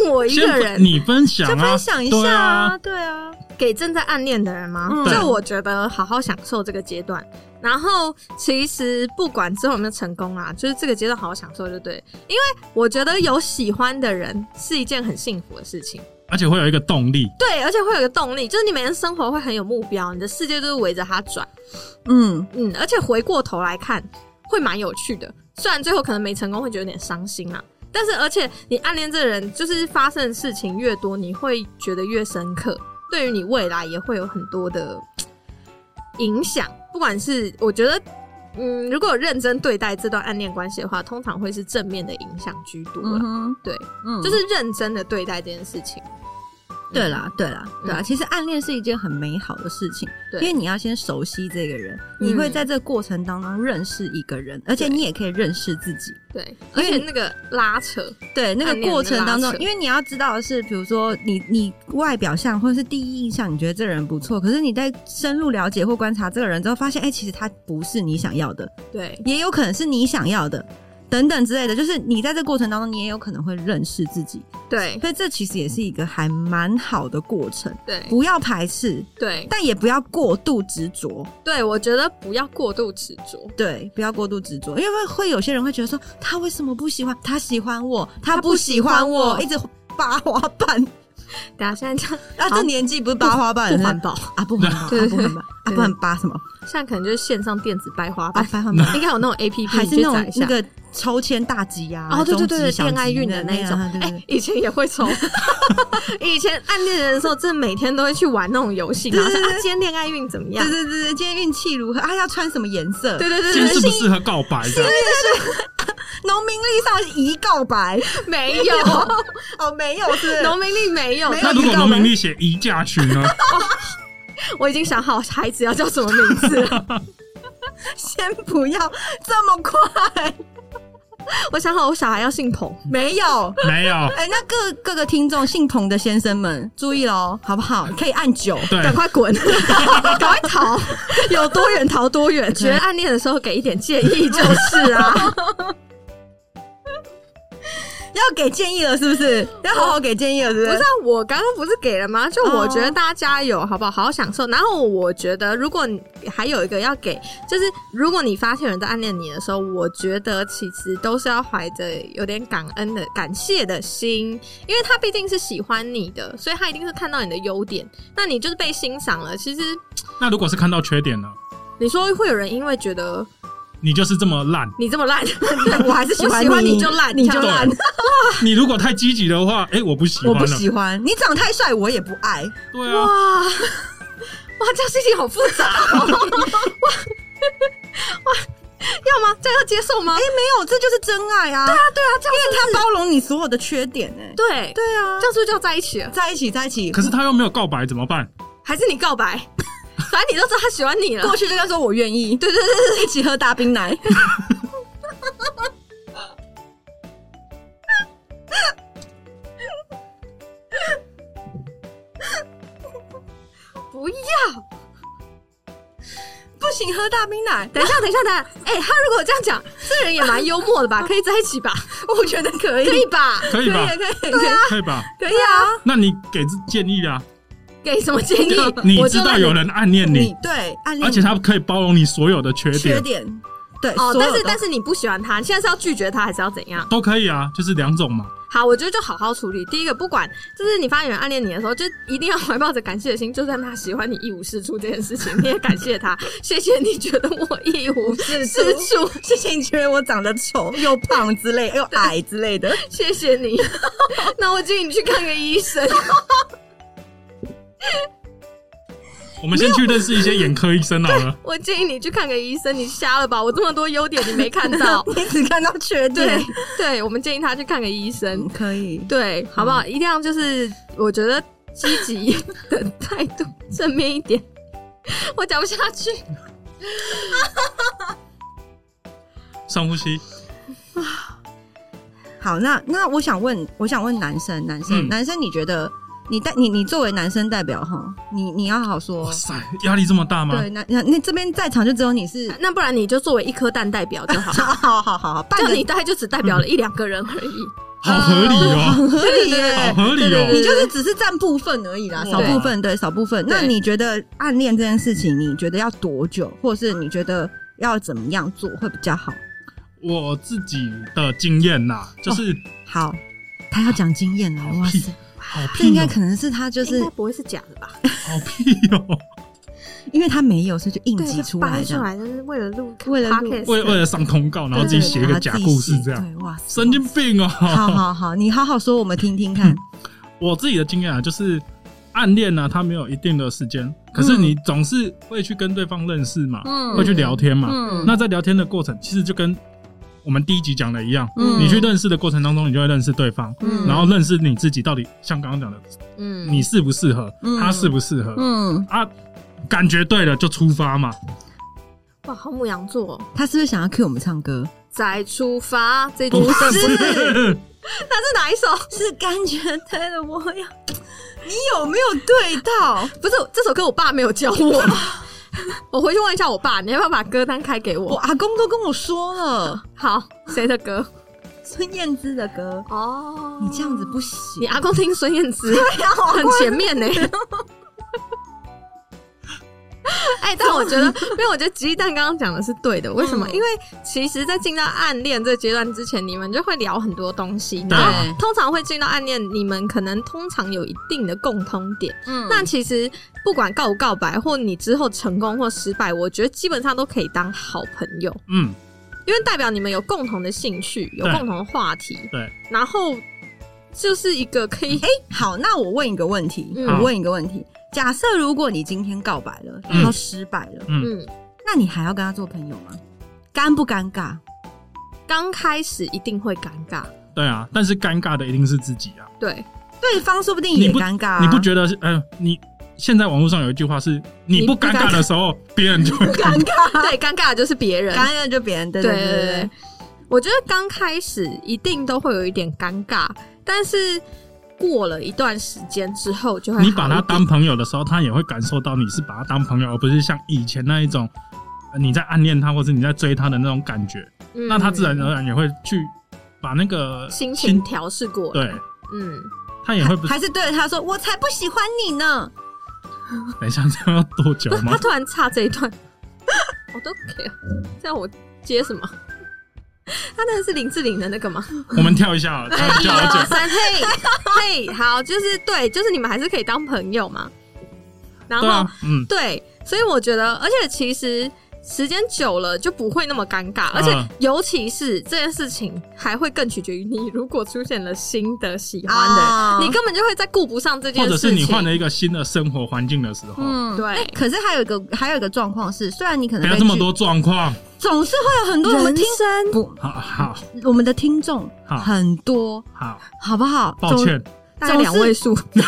S2: 问我一个
S3: 先
S2: 人？
S3: 你分享
S1: 就
S3: 啊，
S1: 分享一
S3: 对
S1: 下
S3: 啊。，
S1: 对啊，
S2: 给正在暗恋的人吗？
S1: 嗯
S2: 就
S3: 对
S2: 我觉得好好享受这个阶段。然后其实不管之后有没有成功啊，就是这个阶段好好享受就对了，因为我觉得有喜欢的人是一件很幸福的事情。
S3: 而且会有一个动力。
S2: 对，而且会有一个动力，就是你每天生活会很有目标，你的世界都是围着它转。
S1: 嗯，
S2: 嗯，而且回过头来看，会蛮有趣的。虽然最后可能没成功，会觉得有点伤心啊。但是，而且你暗恋这个人，就是发生的事情越多，你会觉得越深刻，对于你未来也会有很多的嘖影响。不管是我觉得，嗯，如果有认真对待这段暗恋关系的话，通常会是正面的影响居多
S1: 嗯
S2: 啦
S1: 哼，
S2: 对，
S1: 嗯，
S2: 就是认真的对待这件事情。
S1: 对啦，对啦，对啊。
S2: 嗯
S1: 其实暗恋是一件很美好的事情，
S2: 对嗯
S1: 因为你要先熟悉这个人，你会在这个过程当中认识一个人，而且你也可以认识自己。
S2: 对，
S1: 因
S2: 而
S1: 为
S2: 且
S1: 你
S2: 那个拉扯，
S1: 对，那
S2: 暗
S1: 个
S2: 恋
S1: 过
S2: 的
S1: 程
S2: 拉
S1: 当中
S2: 扯，
S1: 因为你要知道的是，比如说你你外表上或者是第一印象，你觉得这个人不错，可是你在深入了解或观察这个人之后，发现哎、其实他不是你想要的，
S2: 对，
S1: 也有可能是你想要的。等等之类的，就是你在这过程当中，你也有可能会认识自己，
S2: 对，
S1: 所以这其实也是一个还蛮好的过程。
S2: 对，
S1: 不要排斥，
S2: 对，
S1: 但也不要过度执着。
S2: 对，我觉得不要过度执着。
S1: 对，不要过度执着，因为会有些人会觉得说，他为什么不喜欢？他喜欢我，他
S2: 他
S1: 不
S2: 不
S1: 喜
S2: 喜欢
S1: 欢我，
S2: 我
S1: 一直扒花瓣。
S2: 等一下现在这样
S1: 啊，
S2: 好
S1: 这年纪不是拔花瓣，
S2: 不环保，
S1: 啊，不环保，啊
S2: 对
S1: 不环保，啊，
S2: 对
S1: 不能拔什么
S2: 现在可能就是线上电子掰花
S1: 啊，
S2: 吧，
S1: 白环保，
S2: 应该有那种 A P P，
S1: 还是那种那个抽签大吉呀、
S2: 哦，对对对，
S1: 中吉
S2: 恋爱运的那一种，
S1: 小吉那样对
S2: 哎、
S1: 对对
S2: 以前也会抽， 以前暗恋人的时候，真的每天都会去玩那种游戏，然后说
S1: 对对
S2: 啊
S1: 对，
S2: 今天恋爱运怎么样
S1: 哎对？对对对，今天运气如何？啊，要穿什么颜色？
S2: 对对对
S3: 今
S2: 对
S3: 天适不适合告白这样？
S1: 农民历上是一告白
S2: 没 有，
S1: 哦，没有是不 是
S2: 农民历没有
S1: 没，有
S3: 那如果农民历写宜嫁娶呢？
S2: 我已经想好孩子要叫什么名字 了，
S1: 先不要这么快，
S2: 我想好我小孩要姓彭，
S1: 没有。
S3: 没有，
S1: 哎、那各各个听众姓彭的先生们注意喽，好不好？可以按九。
S3: 对，
S2: 赶快滚， 赶快逃，有多远逃多远。觉得暗恋的时候给一点建议就是 啊，
S1: 要给建议了，是不是？要好好给建议了，是不
S2: 不
S1: 是？
S2: 是啊我刚刚不是给了吗？就我
S1: 哦
S2: 觉得大家加油，好不好？好好享受。然后我觉得，如果你还有一个要给，就是如果你发现有人在暗恋你的时候，我觉得其实都是要怀着有点感恩的、感谢的心，因为他毕竟是喜欢你的，所以他一定是看到你的优点，那你就是被欣赏了。其实
S3: 那如果是看到缺点呢？
S2: 你说会有人因为觉得
S3: 你就是这么烂。
S2: 你这么烂，
S1: 我还是喜欢
S2: 我喜欢你就烂
S1: 你就
S2: 这样
S1: 烂
S2: 烂。
S3: 你如果太积极的话，哎，我不 喜
S1: 我
S3: 欢
S1: 不
S3: 了。
S1: 喜欢你长太帅，我也不爱。
S3: 对
S2: 哇
S3: 啊，
S2: 哇，这样心情好复杂哦！哇哇， 要吗？这样要接受吗？
S1: 没有，这就是真爱啊！对啊，对啊，这样因为他包容你所有的缺点呢、
S2: 对，
S1: 对啊
S2: 这，样是不是就要在一起了？
S1: 在一起，在一起。
S3: 可是他又没有告白，怎么办？
S2: 还是你告白？ 反正你都知道他喜欢你了
S1: 过。去就跟他说我愿意，对对对对，一起喝大冰 奶。
S2: 不要！
S1: 不行，喝大冰奶，
S2: 等一下，等一下，等一下。哎、他如果这样讲，这人也蛮幽 默的吧？可以在一起吧？
S1: 我觉得可以，
S2: 可以吧？
S3: 可以吧？
S1: 可以， 啊可以，可以，
S3: 可以吧？
S1: 可以啊！
S3: 那你给建议啊？
S2: 给什么建议？
S3: 你
S2: 我就
S3: 知道
S2: 让
S3: 有人暗恋
S1: 你
S3: 你，
S1: 对暗恋，
S3: 而且他可以包容你所有的缺
S1: 缺
S3: 点，
S1: 点，对，
S2: 哦，但是但
S1: 是
S2: 是你不喜欢他，你现在是要拒绝他还是要怎样？
S3: 都可以啊，就是两种嘛。
S2: 好，我觉得就好好处理。第一个，不管就是你发现有人暗恋你的时候，就一定要怀抱着感谢的心，就算他喜欢你一无是处这件事情，你也感谢他，谢谢你觉得我一无是处，
S1: 谢谢你觉得我长得丑又胖之类，又矮之类 的，。
S2: 谢谢你。那我建议你去看个医生。
S3: 我们先去认识一些眼科医生好了。
S2: 我建议你去看个医生，你瞎了吧？我这么多优点你没看到
S1: 你只看到缺
S2: 对
S1: 点，
S2: 对，我们建议他去看个医生
S1: 嗯。可以。
S2: 对，好不好？一定要就是我觉得积极的态度，正面一点。我讲不下去。
S3: 深呼吸，
S1: 好，那那我想问，我想问男生，男生，
S3: 嗯
S1: 男生，你觉得你代你你作为男生代表哈，你你要好好说
S3: 哇。塞，压力这么大吗
S1: 对，？那那那这边在场就只有你是，
S2: 那不然你就作为一颗蛋代表就好，
S1: 好好好好，半
S2: 就
S1: 个
S2: 你大概就只代表了一两个人而已。
S3: 好合理哦，
S1: 合理耶，
S3: 好合理
S2: 对对
S1: 你
S3: 哦。
S2: 对
S1: 就是只是占部分而已啦，
S3: 对
S1: 少部分对少部分。
S2: 对
S1: 那你觉得暗恋这件事情，你觉得要多久，或是你觉得要怎么样做会比较好？
S3: 我自己的经验呐，就是
S1: 好，他要讲经验了，
S3: 好
S1: 哇
S3: 屁
S1: 塞，，
S3: 好
S1: 这应
S3: 屁
S1: 该
S3: 哦，
S1: 可能是他就是
S2: 应该不会是假的吧？
S3: 好屁哦。
S1: 因为他没有，所以就硬挤
S2: 对，
S1: 出
S2: 就
S1: 来
S2: 掰
S1: 这
S2: 出
S1: 样，
S2: 来就是为了录 podcast，
S1: 为了录
S3: 为为了上通告，然后自己写一个假故事，这样
S1: 对，哇塞，
S3: 神经病哦。
S1: 好好好，你好好说，我们听听看。
S3: 我自己的经验啊，就是暗恋呢、它没有一定的时间，可是你总是会去跟对方认识嘛，
S2: 嗯
S3: 会去聊天嘛。
S1: 嗯
S3: 那在聊天的过程，其实就跟我们第一集讲的一样，
S1: 嗯
S3: 你去认识的过程当中，你就会认识对方，
S2: 嗯
S3: 然后认识你自己到底像刚刚讲的，
S2: 嗯
S3: 你适不适合，
S1: 嗯
S3: 他适不适合、
S1: 嗯，
S3: 啊？感觉对了就出发嘛，
S2: 哇，好母羊座哦，
S1: 他是不是想要 cue 我们唱歌？
S2: 再出发这句是
S3: 是
S2: 那是哪一首？
S1: 是感觉对了，我要。你有没有对到？
S2: 不是这首歌，我爸没有教我。 我回去问一下我爸，你要不要把歌单开 给
S1: 我
S2: 我？
S1: 阿公都跟我说了，
S2: 好，谁的歌？
S1: 孙燕姿的歌，
S2: 哦
S1: 你这样子不
S2: 你
S1: 行。
S2: 啊阿公听孙燕姿，
S3: 啊
S2: 很前面 呢、哎、但我觉得，因为我觉得吉利蛋刚刚讲的是对的，为什么？
S1: 嗯
S2: 因为其实，在进到暗恋这阶段之前，你们就会聊很多东西，
S3: 对
S2: 然后通常会进到暗恋，你们可能通常有一定的共通点。
S1: 嗯
S2: 那其实不管告不告白，或你之后成功或失败，我觉得基本上都可以当好朋友。
S3: 嗯，
S2: 因为代表你们有共同的兴趣，有
S3: 对
S2: 共同的话题，
S3: 对，
S2: 然后就是一个可以
S1: 哎、好，那我问一个问题，
S2: 嗯
S1: 我问一个问题：假设如果你今天告白了，
S3: 嗯
S1: 然后失败了，
S3: 嗯，
S2: 嗯，
S1: 那你还要跟他做朋友吗？尴不尴尬？
S2: 刚开始一定会尴尬，
S3: 对啊，但是尴尬的一定是自己啊，
S2: 对，
S1: 对方说不定
S3: 你
S1: 也
S3: 不
S1: 尴尬、啊
S3: 你不觉得是？嗯、你现在网络上有一句话是，你不尴尬的时候，别人就会尴尬。
S2: 对，尴尬的就是别人，
S1: 尴尬就别人对
S2: 对
S1: 对
S2: 对
S1: 对
S2: 对，我觉得刚开始一定都会有一点尴尬，但是过了一段时间之后就会
S3: 你把
S2: 好
S3: 他
S2: 一点
S3: 当朋友的时候，他也会感受到你是把他当朋友，而不是像以前那一种呃你在暗恋他或者你在追他的那种感觉。
S2: 嗯
S3: 那他自然而然也会去把那个
S2: 心情调试过了，
S3: 对
S2: 嗯，
S3: 他也会不
S1: 还是对着他说：“我才不喜欢你呢
S3: 等一下这样要多久
S2: 不是
S3: 吗
S2: 他？突然插这一段， 我都给啊，这样我接什么？ 他那个是林志玲的那个吗？
S3: 我们跳一下好了，跳一下好
S2: 二
S3: 久。
S2: 三，嘿，嘿，好，就是对，就是你们还是可以当朋友嘛。然
S3: 对
S2: 后
S3: 啊，嗯，
S2: 对，所以我觉得，而且其实时间久了就不会那么尴尬，而且
S3: 嗯
S2: 尤其是这件事情还会更取决于你如果出现了新的喜！”欢的人，
S1: 啊，
S2: 你根本就会在顾不上这件
S3: 或
S2: 事情。
S3: 者是你换了一个新的生活环境的时候，
S1: 嗯
S2: 对
S1: 哎可是还有一个还有一个状况是，虽然你可
S3: 不
S1: 能
S3: 要
S1: 被
S3: 这么
S1: 拒
S3: 多状况。
S1: 总是会有很多我们
S2: 人
S1: 听
S2: 生，
S1: 不，
S3: 好好
S1: 我们的听众
S3: 好
S1: 很多，
S3: 好，
S1: 好不好？
S3: 抱歉，
S2: 大概两位数，
S1: 总，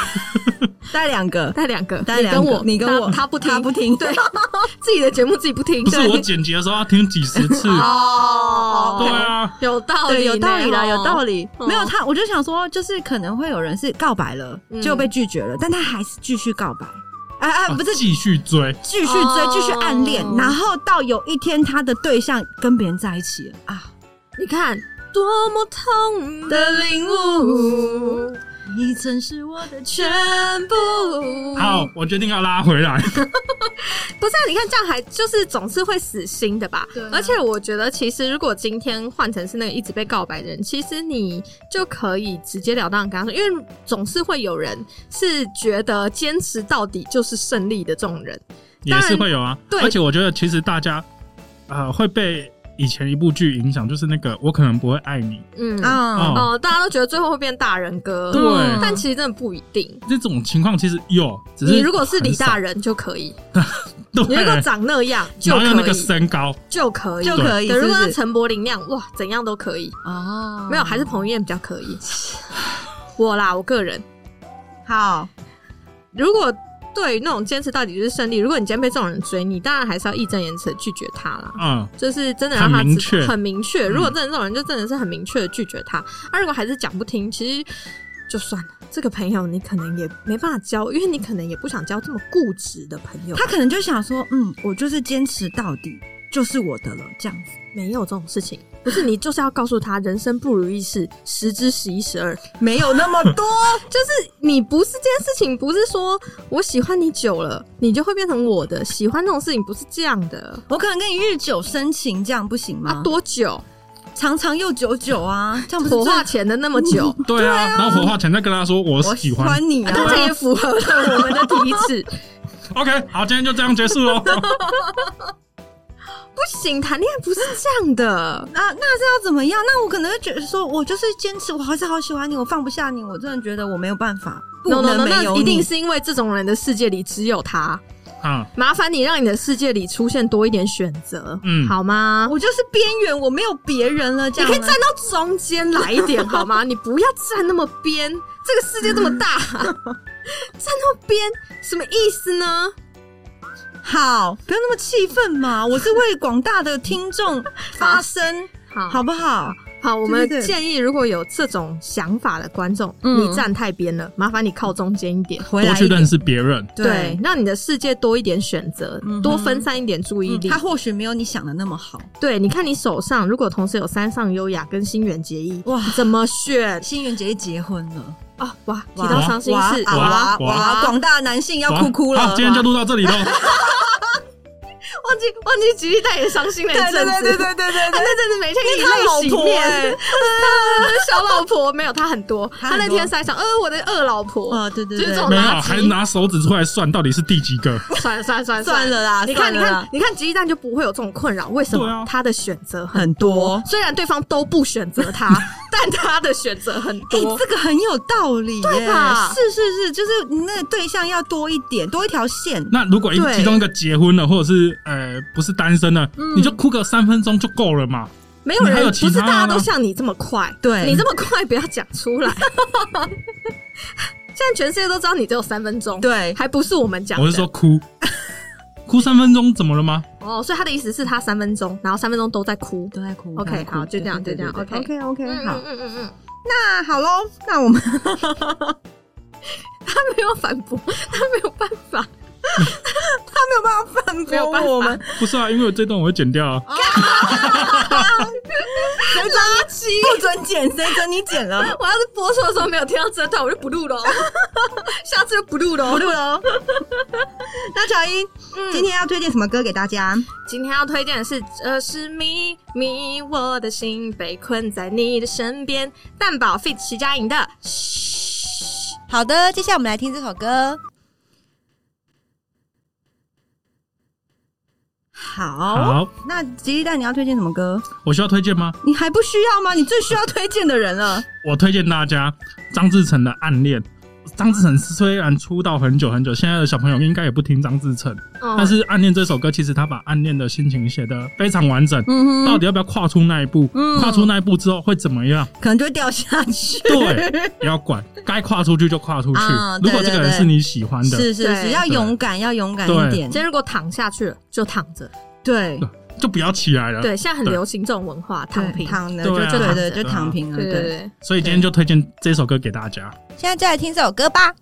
S1: 带两个，
S2: 带两个，
S1: 带
S2: 你
S1: 两
S2: 跟
S1: 个
S2: 我，
S1: 你跟我
S2: 他他不听，
S1: 他不听
S2: 对， 自己的节目自己不听，
S3: 不是
S2: 对
S3: 我剪辑的时候要听几十次。
S2: 哦
S3: 对啊，
S2: 有道理
S1: 对，有
S2: 呢，
S1: 道理啦，有道
S2: 理。
S1: 理。嗯
S2: 哦
S1: 没有他，我就想说，就是可能会有人是告白了，
S2: 嗯
S1: 就被拒绝了，但他还是继续告白，哎哎，
S3: 啊
S1: 不是
S3: 继续追，
S1: 继续追，
S2: 哦
S1: 继续暗恋，然后到有一天他的对象跟别人在一起了啊，
S2: 你看，多么痛的领悟，
S1: 你曾是我的全
S2: 全部。
S3: 好，我决定要拉回来。
S2: 不是、啊，你看这样还就是总是会死心的吧？
S1: 对啊
S2: 而且我觉得，其实如果今天换成是那个一直被告白的人，其实你就可以直截了当地跟他说，因为总是会有人是觉得坚持到底就是胜利的这种人。
S3: 也是会有啊。
S2: 对
S3: 而且我觉得其实大家呃会被以前一部剧影响，就是那个我可能不会爱你
S2: 嗯啊
S1: 啊，
S3: 哦
S2: 哦、大家都觉得最后会变大人哥，
S3: 对
S1: 嗯
S2: 但其实真的不一定。
S3: 这种情况，其实有，只是
S2: 你如果是李大
S3: 人，
S2: 人就可以，
S3: 对，
S2: 你如果长那样就
S3: 然后又那
S2: 可
S3: 个
S2: 以，
S3: 身高，
S2: 就可以，
S1: 就可以
S2: 对
S1: 是
S2: 如
S1: 不
S2: 果是
S1: 是？
S2: 陈柏霖那样，哇，怎样都可以。
S1: 哦
S2: 没有，还是彭于晏比较可以。我啦，我个人，
S1: 好，
S2: 如果对于那种坚持到底就是胜利，如果你今天被这种人追，你当然还是要义正言辞的拒绝他啦。
S3: 嗯，
S2: 就是真的让他
S3: 很明
S2: 知
S3: 确嗯
S2: 很明确。如果真的这种人，就真的是很明确的拒绝他。啊，如果还是讲不听，其实就算了。这个朋友你可能也没办法交，因为你可能也不想交这么固执的朋友。
S1: 他可能就想说，嗯，我就是坚持到底，就是我的了，这样子。
S2: 没有这种事情，不是你就是要告诉他，人生不如意事十之十一十二，
S1: 没有那么多，
S2: 就是你不是这件事情，不是说我喜欢你久了，你就会变成我的。喜欢这种事情不是这样的。
S1: 我可能跟你日久生情，这样不行吗？
S2: 啊，多久？
S1: 长长又久久啊，这样不是
S2: 火化
S1: 最
S2: 前的那么久，
S3: 对啊。然后火化前再跟他说我
S1: 我
S3: 喜
S1: 喜
S3: 欢
S1: 欢你啊
S2: 啊，这也符合了我们的体质。
S3: ，OK，好，今天就这样结束喽。
S2: 不行，谈恋爱不是这样 的。
S1: 那那是要怎么样？那我可能会觉得说，我就是坚持，我还是好喜欢你，我放不下你，我真的觉得我没有办法，不
S2: no no
S1: 能
S2: no，
S1: 没
S2: 那
S1: 有
S2: 一
S1: 你。
S2: 定是因为这种人的世界里只有他。
S3: 啊，
S2: 麻烦你让你的世界里出现多一点选择，
S3: 嗯
S2: 好吗？
S1: 我就是边缘，我没有别人了，这
S2: 你
S1: 样吗
S2: 可以站到中间来一点好 吗？你不要站那么边，这个世界这么 大，站到边什么意思呢？
S1: 好，不要那么气愤 嘛！我是为广大的听众发声，
S2: 好
S1: 好不好？
S2: 好，我们
S1: 对对对
S2: 建议如果有这种想法的观众，
S1: 嗯
S2: 你站太边了，麻烦你靠中间一点。
S1: 回
S3: 多
S1: 来
S3: 去
S1: 一点嗯
S3: 认，识别人，
S2: 对，，让你的世界多一点选择，
S1: 嗯哼
S2: 多分散一点注意
S1: 嗯
S2: 力。
S1: 他或许没有你想的那么好。
S2: 对，你看你手上如果同时有三上优雅跟心猿结衣，
S1: 哇
S2: 哇，怎么选
S1: 新元姐结婚了，
S2: 哦？哇，提
S1: 哇
S2: 到伤心
S1: 哇
S2: 事，
S1: 啊
S3: 哇
S1: 哇
S3: 哇啊
S1: 哇！广大男性要哭哭
S3: 好
S1: 了，
S3: 好，今天就录到这里喽。
S1: 哇我
S2: 忘记忘记吉利蛋也伤心了一
S1: 对
S2: 阵子，
S1: 对对对对对对
S2: 他
S1: 对，
S2: 那阵子每天以
S1: 那他
S2: 泪洗
S1: 老婆
S2: 面，
S1: 欸
S2: 啊小老婆没有他很多，
S1: 他
S2: 他
S1: 很多
S2: 那天在想，呃，我的二老婆，
S1: 哦对对
S2: 就是
S1: 对
S2: 这，种
S3: 没有啊
S2: 垃圾
S3: 还拿手指出来算到底是第几个。
S2: 算了算了算 了
S1: 算了啦，
S2: 你看，
S1: 算
S2: 你
S1: 了啦
S2: 看，你看，吉利蛋就不会有这种困扰。为什
S3: 对啊
S2: 么？他的选择很
S1: 很多。
S2: 虽然对方都不选择 他，但他的选择很
S1: 哎、
S2: 多。
S1: 这个很有道理耶，
S2: 对吧
S1: 是是是，就是你那个对象要多一点，多一条线。
S3: 那如果一
S1: 对
S3: 其中一个结婚了，或者是呃不是单身了，
S2: 嗯
S3: 你就哭个三分钟就够了嘛。
S2: 没有
S3: 你还
S2: 人
S3: 有
S2: 不
S3: 其
S2: 是
S3: 他的
S2: 大家都
S3: 吗
S2: 像你这么快，
S1: 对
S2: 你这么快不要讲出来。 现在全世界都知道你只有三分钟，，
S1: 对，
S2: 还不是我们讲的。
S3: 我是说 哭，哭三分钟怎么了吗？
S2: 哦，所以他的意思是他三分钟，然后三分钟都在哭。
S1: 都在哭
S2: OK，
S1: 都在哭
S2: 好就这样
S1: 对对
S2: 就这样
S1: 对对 OK
S2: 嗯
S1: OK 好
S2: 嗯，嗯嗯嗯，
S1: 那好喽，那我们
S2: 他没有反驳，他没有办法。
S1: 他没有办法反
S2: 没有办
S1: 驳
S2: 法
S1: 我们，
S3: 不是啊，因为这段我会剪掉啊。
S1: 谁准你不准剪，谁准你剪 了？
S2: 我要是播出的时候没有听到这段，我就不录了 哦，下次就不录了哦，
S1: 不录喽。那乔伊、今天要推荐什么歌给大家？
S2: 今天要推荐的是《这是秘密》，我的心被困在你的身边，蛋堡 fit 徐佳莹的《嘘
S1: 好的，接下来我们来听这首歌。
S2: 哦
S1: 好，
S3: 好，
S1: 那吉利蛋你要推荐什么歌？
S3: 我需要推荐吗？
S1: 你还不需要吗？你最需要推荐的人了。
S3: 我推荐大家张志成的《暗恋》。张志成虽然出道很久很久，现在的小朋友应该也不听张志成，》。
S2: 哦嗯
S3: 但是《暗恋》这首歌，其实他把暗恋的心情写得非常完整。
S1: 嗯
S3: 到
S1: 哼，
S3: 底要不要跨出那一步？
S1: 嗯
S3: 跨出那一步之后会怎么样？
S1: 可能就会掉下去。
S3: 对，不要管，该跨出去就跨出去。
S1: 啊
S3: 如果这个
S1: 对对
S3: 人
S1: 对
S3: 是你喜欢的，
S1: 是是是，
S2: 嗯对
S1: 要勇敢，要勇敢一点
S2: 今。天如果躺下去了，就躺着。
S1: 对
S3: 就不要起来了。
S2: 对，现在很流行这种文化，躺平。
S1: 躺的就
S3: 对啊
S1: 对对，
S2: 对
S1: 就
S3: 啊
S1: 躺平了。
S2: 嗯对对，对，
S3: 所以今天就推荐这首歌给大家。
S1: 现在就来听这首歌吧。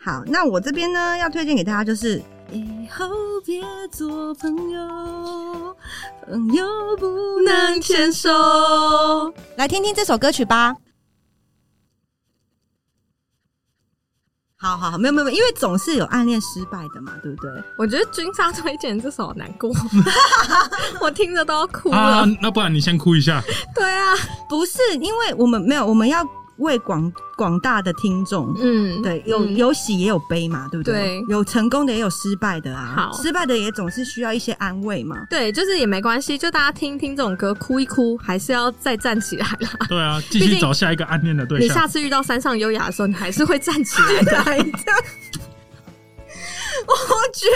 S1: 好，那我这边呢要推荐给大家就是。以后别做朋友，朋友不
S2: 能牵手。
S1: 来听听这首歌曲吧。好好好，没有没有，没有因为总是有暗恋失败的嘛，对不对？
S2: 我觉得君莎推荐这首好难 过，我听着都要哭
S3: 啊
S2: 了。，
S3: 那不然你先哭一下。
S2: 对啊，
S1: 不是，因为我们没有，我们要为广广大的听众，
S2: 嗯，
S1: 对，有
S2: 嗯
S1: 有喜也有悲嘛，对不对？
S2: 对
S1: 有成功的也有失败的啊，
S2: 好
S1: 失败的也总是需要一些安慰嘛。
S2: 对，就是也没关系，就大家听听这种歌，哭一哭，还是要再站起来啦。
S3: 对啊，继
S2: 毕
S3: 续
S2: 竟
S3: 找下一个暗恋的对
S2: 你
S3: 象
S2: 下。次遇到山上优雅的时候，你还是会站起来的。
S1: 来的，我觉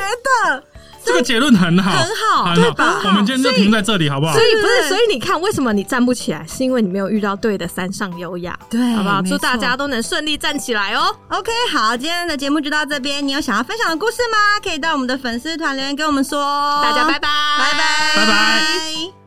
S1: 得
S3: 这个结论很好，
S1: 很好
S3: 很
S1: 对吧
S3: 我们今天就停在这里好不好
S2: 所？以不
S1: 对
S2: 是，所以你看，为什么你站不起来，是因为你没有遇到对的山上优雅，
S1: 对
S2: 好不好？
S1: 没
S2: 祝大
S1: 错
S2: 家都能顺利站起来哦。
S1: OK，好，今天的节目就到这边。你有想要分享的故事吗？可以到我们的粉丝团留言给我们说哦。
S2: 大家拜拜，
S1: 拜拜，
S3: 拜
S1: 拜。